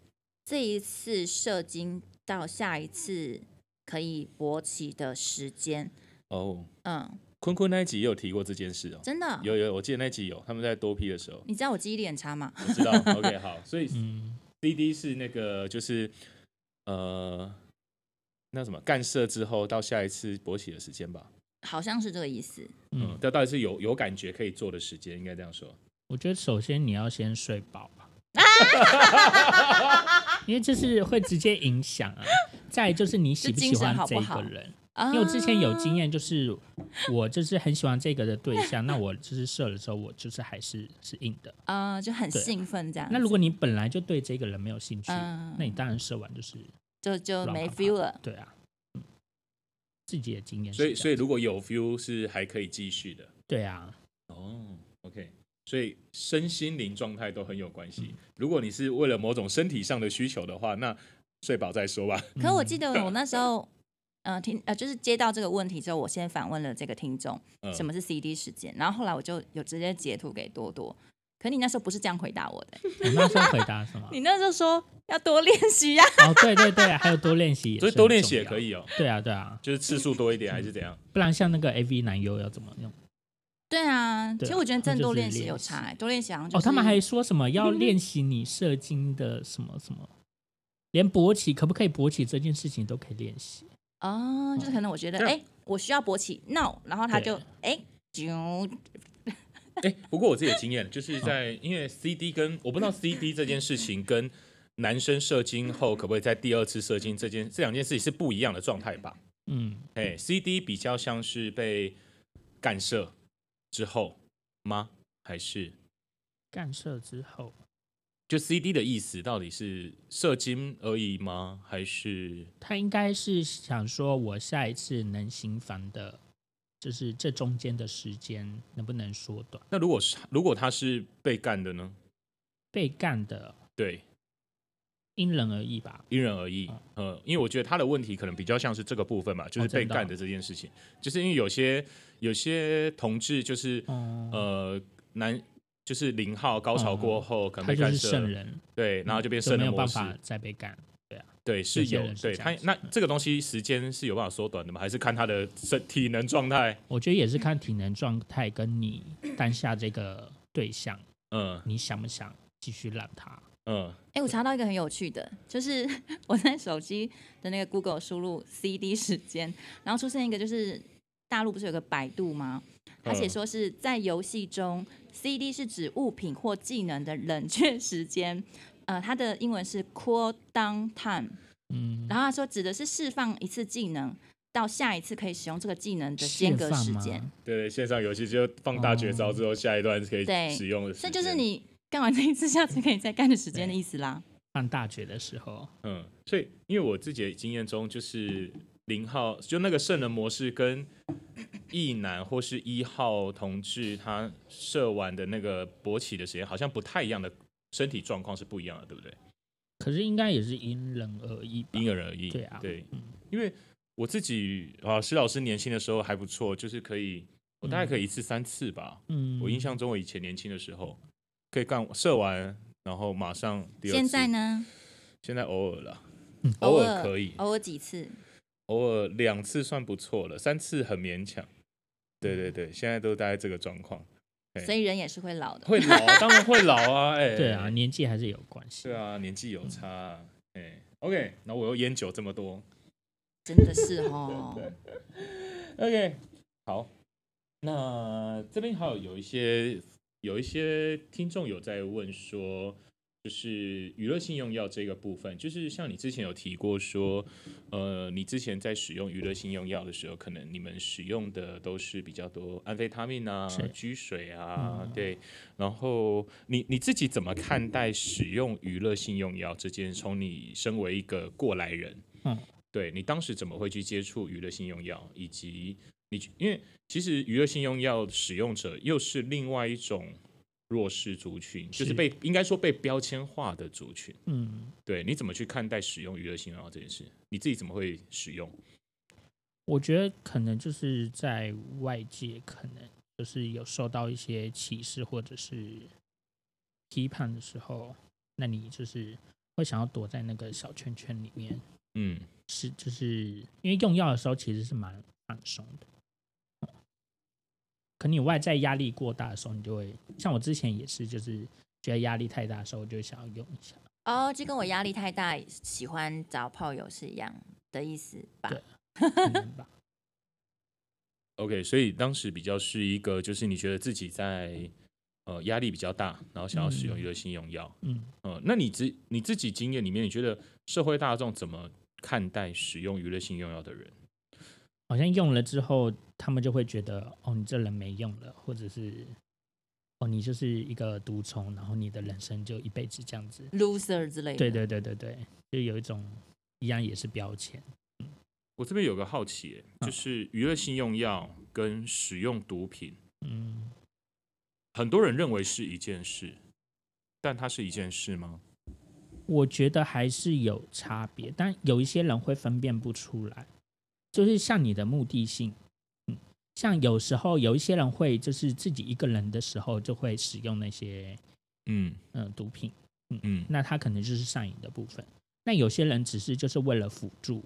[SPEAKER 2] 这一次射精到下一次可以勃起的时间，
[SPEAKER 3] 哦，
[SPEAKER 2] 嗯，
[SPEAKER 3] 坤坤那一集也有提过这件事哦，
[SPEAKER 2] 真的，
[SPEAKER 3] 有有，我记得那集有他们在多批的时候，
[SPEAKER 2] 你知道我记忆力很差吗？
[SPEAKER 3] 我知道。OK，好，所以
[SPEAKER 1] 嗯，
[SPEAKER 3] DD 是那个就是呃，那什么干涉之后到下一次勃起的时间吧。
[SPEAKER 2] 好像是这个意思，
[SPEAKER 1] 嗯
[SPEAKER 3] 嗯，这到底是有有感觉可以做的时间，应该这样说。
[SPEAKER 1] 我觉得首先你要先睡饱 吧，因为这是会直接影响啊。再来就是你喜不喜欢这一个人，
[SPEAKER 2] 啊
[SPEAKER 1] 因为我之前有经验，就是我就是很喜欢这个的对象，那我就是射的时候，我就是还是是硬的。
[SPEAKER 2] 啊、就很
[SPEAKER 1] 对
[SPEAKER 2] 兴奋这样子，
[SPEAKER 1] 那如果你本来就对这个人没有兴趣，
[SPEAKER 2] 嗯
[SPEAKER 1] 那你当然射完就是
[SPEAKER 2] 就就
[SPEAKER 1] 乱
[SPEAKER 2] 没
[SPEAKER 1] 啪啪
[SPEAKER 2] feel 了，
[SPEAKER 1] 对啊，嗯，自己的经验是
[SPEAKER 3] 所
[SPEAKER 1] 这
[SPEAKER 3] 以
[SPEAKER 1] 样，
[SPEAKER 3] 所以如果有 feel 是还可以继续的。
[SPEAKER 1] 对啊，
[SPEAKER 3] 哦，OK。所以身心灵状态都很有关
[SPEAKER 1] 嗯
[SPEAKER 3] 系。如果你是为了某种身体上的需求的话，那睡饱再说吧。
[SPEAKER 2] 可
[SPEAKER 1] 嗯
[SPEAKER 2] 我记得我那时候，呃，听呃，就是接到这个问题之后，我先反问了这个听众
[SPEAKER 3] 嗯
[SPEAKER 2] 什么是 CD 时间，然后后来我就有直接截图给多多。可你那时候不是这样回答我的，
[SPEAKER 1] 我那时候回答什么？
[SPEAKER 2] 你那时候说要多练习呀、
[SPEAKER 1] 哦，对对对，还有多练习也是
[SPEAKER 3] 所
[SPEAKER 1] 很重要，
[SPEAKER 3] 以多练习也可以哦，
[SPEAKER 1] 对啊对啊，
[SPEAKER 3] 就是次数多一点还是怎样？
[SPEAKER 1] 不然像那个 AV 男优要怎么用？
[SPEAKER 2] 对啊，
[SPEAKER 1] 对啊
[SPEAKER 2] 其实我觉得真的
[SPEAKER 1] 就
[SPEAKER 2] 多
[SPEAKER 1] 是
[SPEAKER 2] 练习
[SPEAKER 1] 练
[SPEAKER 2] 有
[SPEAKER 1] 习
[SPEAKER 2] 差、欸，多练习好像就
[SPEAKER 1] 哦，他们
[SPEAKER 2] 是
[SPEAKER 1] 还说什么要练习你射精的什么什么，连勃起可不可以勃起这件事情都可以练习。
[SPEAKER 2] 哦，就是可能我觉得哎、我需要勃起，no，然后他就哎啾、
[SPEAKER 3] 哎、不过我自己的经验就是在，因为 CD 跟我不知道 CD 这件事情跟男生射精后可不可以在第二次射精这件这两件事情是不一样的状态吧？
[SPEAKER 1] 嗯，
[SPEAKER 3] 哎、c d 比较像是被干涉之后吗？还是
[SPEAKER 1] 干射之后，
[SPEAKER 3] 就 CD 的意思到底是射精而已吗？还是
[SPEAKER 1] 他应该是想说，我下一次能行房的，就是这中间的时间能不能缩短？
[SPEAKER 3] 那如果是如果他是被干的呢？
[SPEAKER 1] 被干的
[SPEAKER 3] 对，
[SPEAKER 1] 因人而异吧。
[SPEAKER 3] 因人而异，呃，因为我觉得他的问题可能比较像是这个部分吧，就是
[SPEAKER 1] 嗯哦真
[SPEAKER 3] 被
[SPEAKER 1] 的
[SPEAKER 3] 干
[SPEAKER 1] 哦
[SPEAKER 3] 的这件事情，就是因为有些有些同志就是、
[SPEAKER 1] 哦、
[SPEAKER 3] 呃男就是零号高潮过后、可能
[SPEAKER 1] 嗯他
[SPEAKER 3] 被
[SPEAKER 1] 就
[SPEAKER 3] 干
[SPEAKER 1] 是
[SPEAKER 3] 涉
[SPEAKER 1] 圣
[SPEAKER 3] 了，
[SPEAKER 1] 人，嗯
[SPEAKER 3] 对，然后就变
[SPEAKER 1] 就
[SPEAKER 3] 圣
[SPEAKER 1] 没
[SPEAKER 3] 人
[SPEAKER 1] 有
[SPEAKER 3] 模
[SPEAKER 1] 办
[SPEAKER 3] 式，
[SPEAKER 1] 法再被干。
[SPEAKER 3] 对，是
[SPEAKER 1] 些
[SPEAKER 3] 有
[SPEAKER 1] 人是
[SPEAKER 3] 对
[SPEAKER 1] 这
[SPEAKER 3] 他
[SPEAKER 1] 样子
[SPEAKER 3] 那
[SPEAKER 1] 嗯
[SPEAKER 3] 这个东西时间是有办法缩短的吗？还是看他的身体能状态？
[SPEAKER 1] 我觉得也是看体能状态跟你当下这个对象，
[SPEAKER 3] 嗯
[SPEAKER 1] 你想不想继续让他？
[SPEAKER 3] 嗯，
[SPEAKER 2] 哎、我查到一个很有趣的，就是 我在手机的那个 Google 输入 CD 时间，然后出现一个就是大陆不是有个百度吗？他
[SPEAKER 3] 嗯
[SPEAKER 2] 写说是在游戏中，CD 是指物品或技能的冷却时间。呃，它的英文是 cool down time，
[SPEAKER 1] 嗯，
[SPEAKER 2] 然后他说指的是释放一次技能到下一次可以使用这个技能的间隔时间。
[SPEAKER 3] 对对，线上游戏就放大绝招
[SPEAKER 1] 嗯
[SPEAKER 3] 之后，下一段是可以
[SPEAKER 2] 对
[SPEAKER 3] 使用的时
[SPEAKER 2] 所
[SPEAKER 3] 间。
[SPEAKER 2] 以就是你干完这一次，下次可以再干的时间的意思啦。
[SPEAKER 1] 上大学的时候，
[SPEAKER 3] 嗯，所以因为我自己的经验中，就是零号就那个圣人模式跟一男或是一号同志他射完的那个勃起的时间好像不太一样的，身体状况是不一样的，对不对？
[SPEAKER 1] 可是应该也是因人而异吧。
[SPEAKER 3] 因人而异。
[SPEAKER 1] 对啊
[SPEAKER 3] 对，因为我自己啊，施老师年轻的时候还不错，就是可以，我大概可以一次三次吧。
[SPEAKER 1] 嗯，
[SPEAKER 3] 我印象中我以前年轻的时候可以干射完，然后马上第二次。
[SPEAKER 2] 现在？呢？
[SPEAKER 3] 现在偶尔啦，
[SPEAKER 1] 嗯
[SPEAKER 3] 偶尔可以，
[SPEAKER 2] 偶尔几次。
[SPEAKER 3] 偶尔两次算不错了，三次很勉强。对对
[SPEAKER 1] 嗯
[SPEAKER 3] 对，现在都大概这个状况，对
[SPEAKER 2] 所以人也是会 老的。
[SPEAKER 3] 会老、 啊，当然会老啊，哎、
[SPEAKER 1] 对啊，，年纪还是有关系。
[SPEAKER 3] 对啊，年纪有差、啊，哎、o k 那我又烟酒这么多
[SPEAKER 2] 真的是哦，
[SPEAKER 3] ，OK，好，那这边还有有一些有一些听众有在问说，就是娱乐性用药这个部分，就是像你之前有提过说，呃，你之前在使用娱乐性用药的时候，可能你们使用的都是比较多安非他命啊
[SPEAKER 1] 是、
[SPEAKER 3] 居水啊，对。然后你你自己怎么看待使用娱乐性用药这件？从你身为一个过来人，
[SPEAKER 1] 嗯，
[SPEAKER 3] 对你当时怎么会去接触娱乐性用药，以及你因为其实娱乐性用药使用者又是另外一种弱势族群，就是
[SPEAKER 1] 是
[SPEAKER 3] 被应该说被标签化的族群。
[SPEAKER 1] 嗯，
[SPEAKER 3] 对，你怎么去看待使用娱乐性用药这件事？你自己怎么会使用？
[SPEAKER 1] 我觉得可能就是在外界，可能就是有受到一些歧视或者是批判的时候，那你就是会想要躲在那个小圈圈里面，
[SPEAKER 3] 嗯，
[SPEAKER 1] 是就是因为用药的时候其实是蛮放松的。嗯可你外在压力过大的时候，你就会像我之前也是，就是觉得压力太大的时候，我就会想要用一下。
[SPEAKER 2] 哦，这跟我压力太大，喜欢找炮友是一样的意思吧？
[SPEAKER 1] 对可能吧
[SPEAKER 3] OK，所以当时比较是一个，就是你觉得自己在呃压力比较大，然后想要使用
[SPEAKER 1] 嗯
[SPEAKER 3] 娱乐性用药。
[SPEAKER 1] 嗯，
[SPEAKER 3] 呃，那你自你自己经验里面，你觉得社会大众怎么看待使用娱乐性用药的人？
[SPEAKER 1] 好像用了之后，他们就会觉得哦，你这人没用了，或者是哦，你就是一个毒虫，然后你的人生就一辈子这样子。
[SPEAKER 2] loser 之类的。
[SPEAKER 1] 对对对对对，就有一种一样也是标签。
[SPEAKER 3] 我这边有个好奇耶、
[SPEAKER 1] 嗯
[SPEAKER 3] 就是娱乐性用药跟使用毒品，
[SPEAKER 1] 嗯，
[SPEAKER 3] 很多人认为是一件事，但它是一件事吗？
[SPEAKER 1] 我觉得还是有差别，但有一些人会分辨不出来，就是像你的目的性。嗯，像有时候有一些人会就是自己一个人的时候就会使用那些
[SPEAKER 3] 嗯
[SPEAKER 1] 嗯、呃毒品。
[SPEAKER 3] 嗯
[SPEAKER 1] 那它可能就是上瘾的部分。那有些人只是就是为了辅助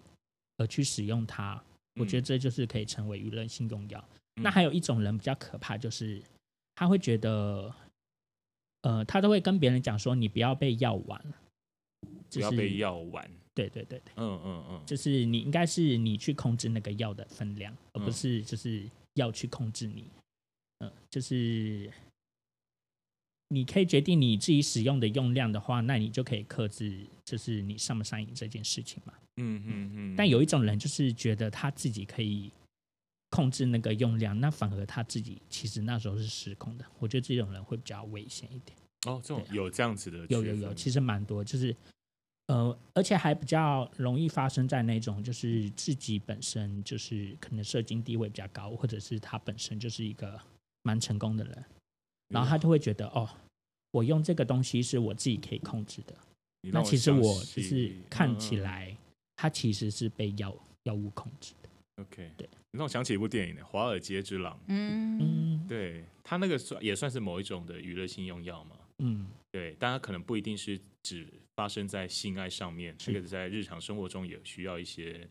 [SPEAKER 1] 而去使用它，
[SPEAKER 3] 嗯
[SPEAKER 1] 我觉得这就是可以成为娱乐性用药。那还
[SPEAKER 3] 有
[SPEAKER 1] 有一种人比较可怕，就是他会觉得，呃，他都会跟别人讲说你不要被药丸，
[SPEAKER 3] 不
[SPEAKER 1] 就
[SPEAKER 3] 要
[SPEAKER 1] 是
[SPEAKER 3] 被药丸，
[SPEAKER 1] 对对对对，
[SPEAKER 3] 嗯嗯嗯，
[SPEAKER 1] 就是你应该是你去控制那个药的分量，而不
[SPEAKER 3] 嗯
[SPEAKER 1] 是就是药去控制你。嗯、就是你可以决定你自己使用的用量的话，那你就可以克制，就是你上不上瘾这件事情嘛。
[SPEAKER 3] 嗯嗯嗯，
[SPEAKER 1] 但有一种人就是觉得他自己可以控制那个用量，那反而他自己其实那时候是失控的。我觉得这种人会比较危险一点。
[SPEAKER 3] 哦，这种有这样子的
[SPEAKER 1] 啊有
[SPEAKER 3] 区
[SPEAKER 1] 有有，
[SPEAKER 3] 分
[SPEAKER 1] 其实蛮多，就是呃，而且还比较容易发生在那种就是自己本身就是可能社经地位比较高，或者是他本身就是一个蛮成功的人，然后他就会觉得哦，我用这个东西是我自己可以控制的。
[SPEAKER 3] 你
[SPEAKER 1] 那
[SPEAKER 3] 让
[SPEAKER 1] 其实
[SPEAKER 3] 想
[SPEAKER 1] 我
[SPEAKER 3] 起
[SPEAKER 1] 就是看起
[SPEAKER 3] 嗯嗯
[SPEAKER 1] 来，他其实是被药药物控制的。
[SPEAKER 3] 嗯 OK，
[SPEAKER 1] 对，
[SPEAKER 3] 你让我想起一部电影《华尔街之狼》，
[SPEAKER 2] 嗯，
[SPEAKER 1] 嗯
[SPEAKER 3] 对它那个算也算是某一种的娱乐性用药嘛。
[SPEAKER 1] 嗯，
[SPEAKER 3] 对，但它可能不一定是只发生在性爱上面，这
[SPEAKER 1] 是
[SPEAKER 3] 个在日常生活中也需要一些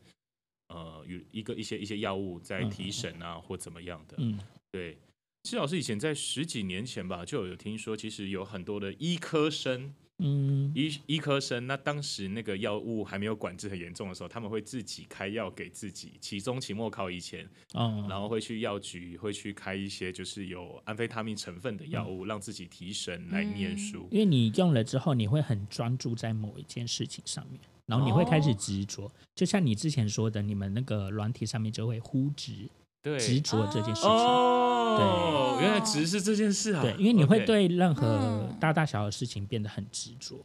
[SPEAKER 3] 呃，有一个一些一些药物在
[SPEAKER 1] 嗯
[SPEAKER 3] 提神啊、或怎么样的。
[SPEAKER 1] 嗯，
[SPEAKER 3] 对，施老师以前在十几年前吧，就有听说，其实有很多的医科生
[SPEAKER 1] 嗯，
[SPEAKER 3] 医医科生，那当时那个药物还没有管制很严重的时候，他们会自己开药给自己，期中、期末考以前，
[SPEAKER 1] 哦，
[SPEAKER 3] 然后会去药局，会去开一些就是有安非他命成分的药物，让自己提神来念书。
[SPEAKER 1] 嗯因为你用了之后，你会很专注在某一件事情上面，然后你会开始
[SPEAKER 2] 哦
[SPEAKER 1] 执着，就像你之前说的，你们那个软体上面就会呼执
[SPEAKER 3] 对，
[SPEAKER 1] 执着这件事情。
[SPEAKER 3] 哦，
[SPEAKER 2] 对
[SPEAKER 3] 原来值是这件事啊。
[SPEAKER 1] 对，因为你会
[SPEAKER 3] OK
[SPEAKER 1] 对任何
[SPEAKER 2] 嗯
[SPEAKER 1] 大大小小的事情变得很执着，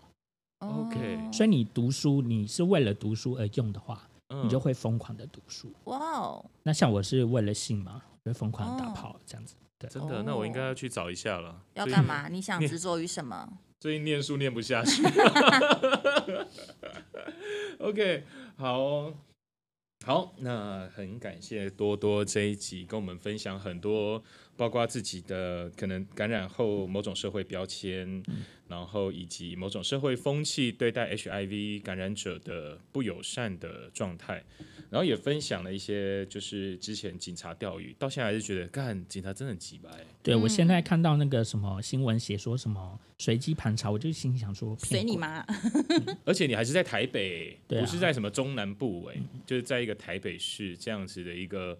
[SPEAKER 3] OK，
[SPEAKER 2] 哦
[SPEAKER 1] 所以你读书，你是为了读书而用的话，
[SPEAKER 3] 嗯
[SPEAKER 1] 你
[SPEAKER 2] 哦
[SPEAKER 1] 就会疯狂的读书。
[SPEAKER 2] 哇哦，
[SPEAKER 1] 那像我是为了性嘛，就会疯狂地打
[SPEAKER 2] 哦
[SPEAKER 1] 炮这样子。
[SPEAKER 3] 真的，那我应该要去找一下了。
[SPEAKER 2] 要
[SPEAKER 3] 最近
[SPEAKER 2] 干？嘛？你想
[SPEAKER 3] 你
[SPEAKER 2] 执着于什么？
[SPEAKER 3] 最近念书念不下去。OK，好哦、好，那很感谢多多这一集跟我们分享很多，包括自己的可能感染后某种社会标签，然后以及某种社会风气对待 HIV 感染者的不友善的状态，然后也分享了一些就是之前警察钓鱼，到现在还是觉得干警察真的很鸡掰。欸
[SPEAKER 1] 对我现在看到那个什么新闻写说什么随机盘查，我就心想说
[SPEAKER 2] 随你
[SPEAKER 1] 嘛。
[SPEAKER 2] 妈！
[SPEAKER 3] 而且你还是在台北，
[SPEAKER 1] 对啊嗯
[SPEAKER 3] 不是在什么中南部哎、就是在一个台北市这样子的一个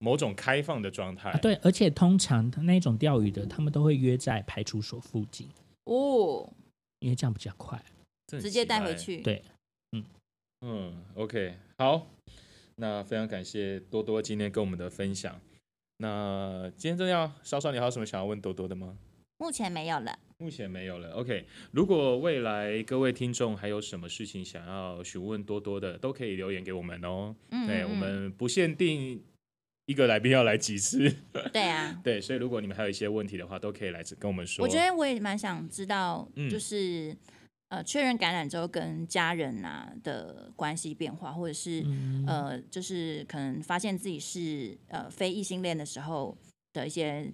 [SPEAKER 3] 某种开放的状态、
[SPEAKER 1] 啊，对，而且通常那种钓鱼的，他们都会约在派出所附近，
[SPEAKER 2] 哦，
[SPEAKER 1] 因为这样比较快。
[SPEAKER 3] 真的很
[SPEAKER 2] 直接带
[SPEAKER 3] 奇怪
[SPEAKER 2] 回。去。
[SPEAKER 1] 对
[SPEAKER 3] 嗯，OK，好，那非常感谢多多今天跟我们的分享。那今天真的要稍稍，你还有什么想要问多多的吗？
[SPEAKER 2] 目前没有了。
[SPEAKER 3] 目前没有了。OK，如果未来各位听众还有什么事情想要询问多多的，都可以留言给我们哦。
[SPEAKER 2] 嗯，
[SPEAKER 3] 对，
[SPEAKER 2] 嗯
[SPEAKER 3] 我们不限定一个来宾要来几次。
[SPEAKER 2] 嗯对啊，
[SPEAKER 3] 对，所以如果你们还有一些问题的话，都可以来跟我们说。
[SPEAKER 2] 我觉得我也蛮想知道
[SPEAKER 3] 嗯，
[SPEAKER 2] 就是、呃，确认感染之后跟家人啊的关系变化，或者是、
[SPEAKER 1] 嗯，
[SPEAKER 2] 呃，就是可能发现自己是呃非异性恋的时候的一些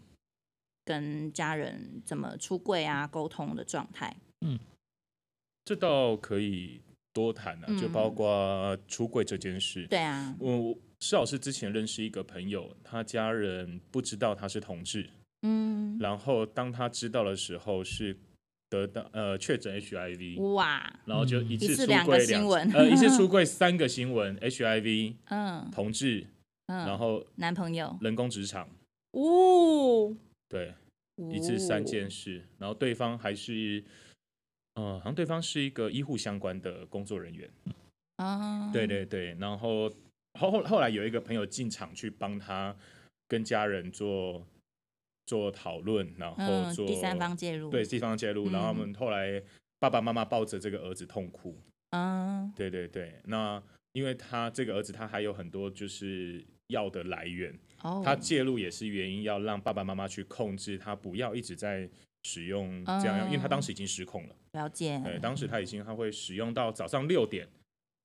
[SPEAKER 2] 跟家人怎么出柜啊、沟通的状态。
[SPEAKER 3] 这倒可以多谈啊，
[SPEAKER 2] 嗯
[SPEAKER 3] 就包括出柜这件事。
[SPEAKER 2] 对啊，
[SPEAKER 3] 我，我施老师之前认识一个朋友，他家人不知道他是同志，
[SPEAKER 2] 嗯，
[SPEAKER 3] 然后当他知道的时候是得到呃确诊 HIV，
[SPEAKER 2] 哇，
[SPEAKER 3] 然后就
[SPEAKER 1] 嗯
[SPEAKER 3] 一
[SPEAKER 2] 一
[SPEAKER 3] 次
[SPEAKER 2] 次
[SPEAKER 3] 出
[SPEAKER 2] 两个
[SPEAKER 3] 柜
[SPEAKER 2] 新闻
[SPEAKER 3] 呃一 次出柜三个新闻 HIV
[SPEAKER 2] 嗯
[SPEAKER 3] 同志，
[SPEAKER 2] 嗯，
[SPEAKER 3] 然后
[SPEAKER 2] 男朋友，
[SPEAKER 3] 人工职场，
[SPEAKER 2] 哦，
[SPEAKER 3] 对。一次三件事，然后对方还是，呃，好像对方是一个医护相关的工作人员，
[SPEAKER 2] 啊，
[SPEAKER 3] 对，对对，然后后后后来有一个朋友进场去帮他跟家人做做讨论，然后
[SPEAKER 2] 嗯，
[SPEAKER 3] 做、
[SPEAKER 2] 第三方介入，
[SPEAKER 3] 对，第三方介入，然后他
[SPEAKER 2] 嗯
[SPEAKER 3] 们后来爸爸妈妈抱着这个儿子痛哭，
[SPEAKER 2] 嗯，
[SPEAKER 3] 对对对，那因为他这个儿子他还有很多就是药的来源，
[SPEAKER 2] 哦，
[SPEAKER 3] 他介入也是原因，要让爸爸妈妈去控制他，不要一直在使用
[SPEAKER 2] 啊
[SPEAKER 3] 这样药，因为他当时已经失控了。
[SPEAKER 2] 了
[SPEAKER 3] 对，
[SPEAKER 2] 解，
[SPEAKER 3] 当时他已经他会使用到早上六点，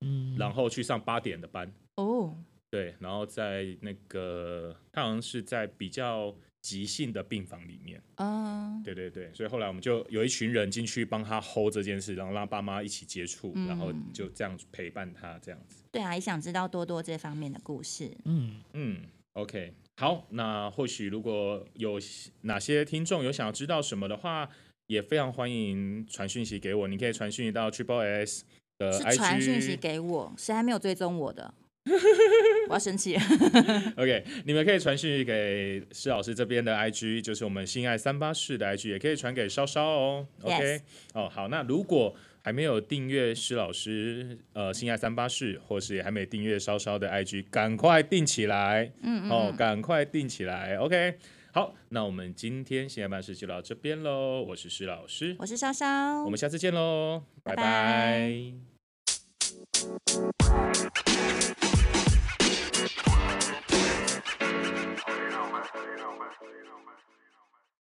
[SPEAKER 1] 嗯
[SPEAKER 3] 然后去上八点的班。
[SPEAKER 2] 哦，
[SPEAKER 3] 对，然后在那个他好像是在比较急性的病房里面。
[SPEAKER 2] 嗯，
[SPEAKER 3] 对对对，所以后来我们就有一群人进去帮他 hold 这件事，然后让爸妈一起接触，
[SPEAKER 2] 嗯
[SPEAKER 3] 然后就这样陪伴他这样子。
[SPEAKER 2] 对啊，也想知道多多这方面的故事。
[SPEAKER 1] 嗯，
[SPEAKER 3] 嗯，OK，好，那或许如果有哪些听众有想要知道什么的话，也非常欢迎传讯息给我。你可以传讯到 Triple S 的
[SPEAKER 2] 是
[SPEAKER 3] IG，
[SPEAKER 2] 传讯息给我，谁还没有追踪我 的？我要生气。
[SPEAKER 3] OK，你们可以传讯息给施老师这边的 IG，就是我们性爱三八室的 IG，也可以传给稍稍哦。OK，、
[SPEAKER 2] Yes
[SPEAKER 3] 哦好，那如果还没有订阅施老师呃性爱三八室，或是也还没订阅稍稍的 IG，赶快订起来，
[SPEAKER 2] 嗯嗯
[SPEAKER 3] 哦，
[SPEAKER 2] 嗯，
[SPEAKER 3] 赶快订起来。OK，好，那我们今天性爱办事就到这边喽，我是施老师，
[SPEAKER 2] 我是稍稍，
[SPEAKER 3] 我们下次见喽，
[SPEAKER 2] 拜
[SPEAKER 3] 拜拜
[SPEAKER 2] 拜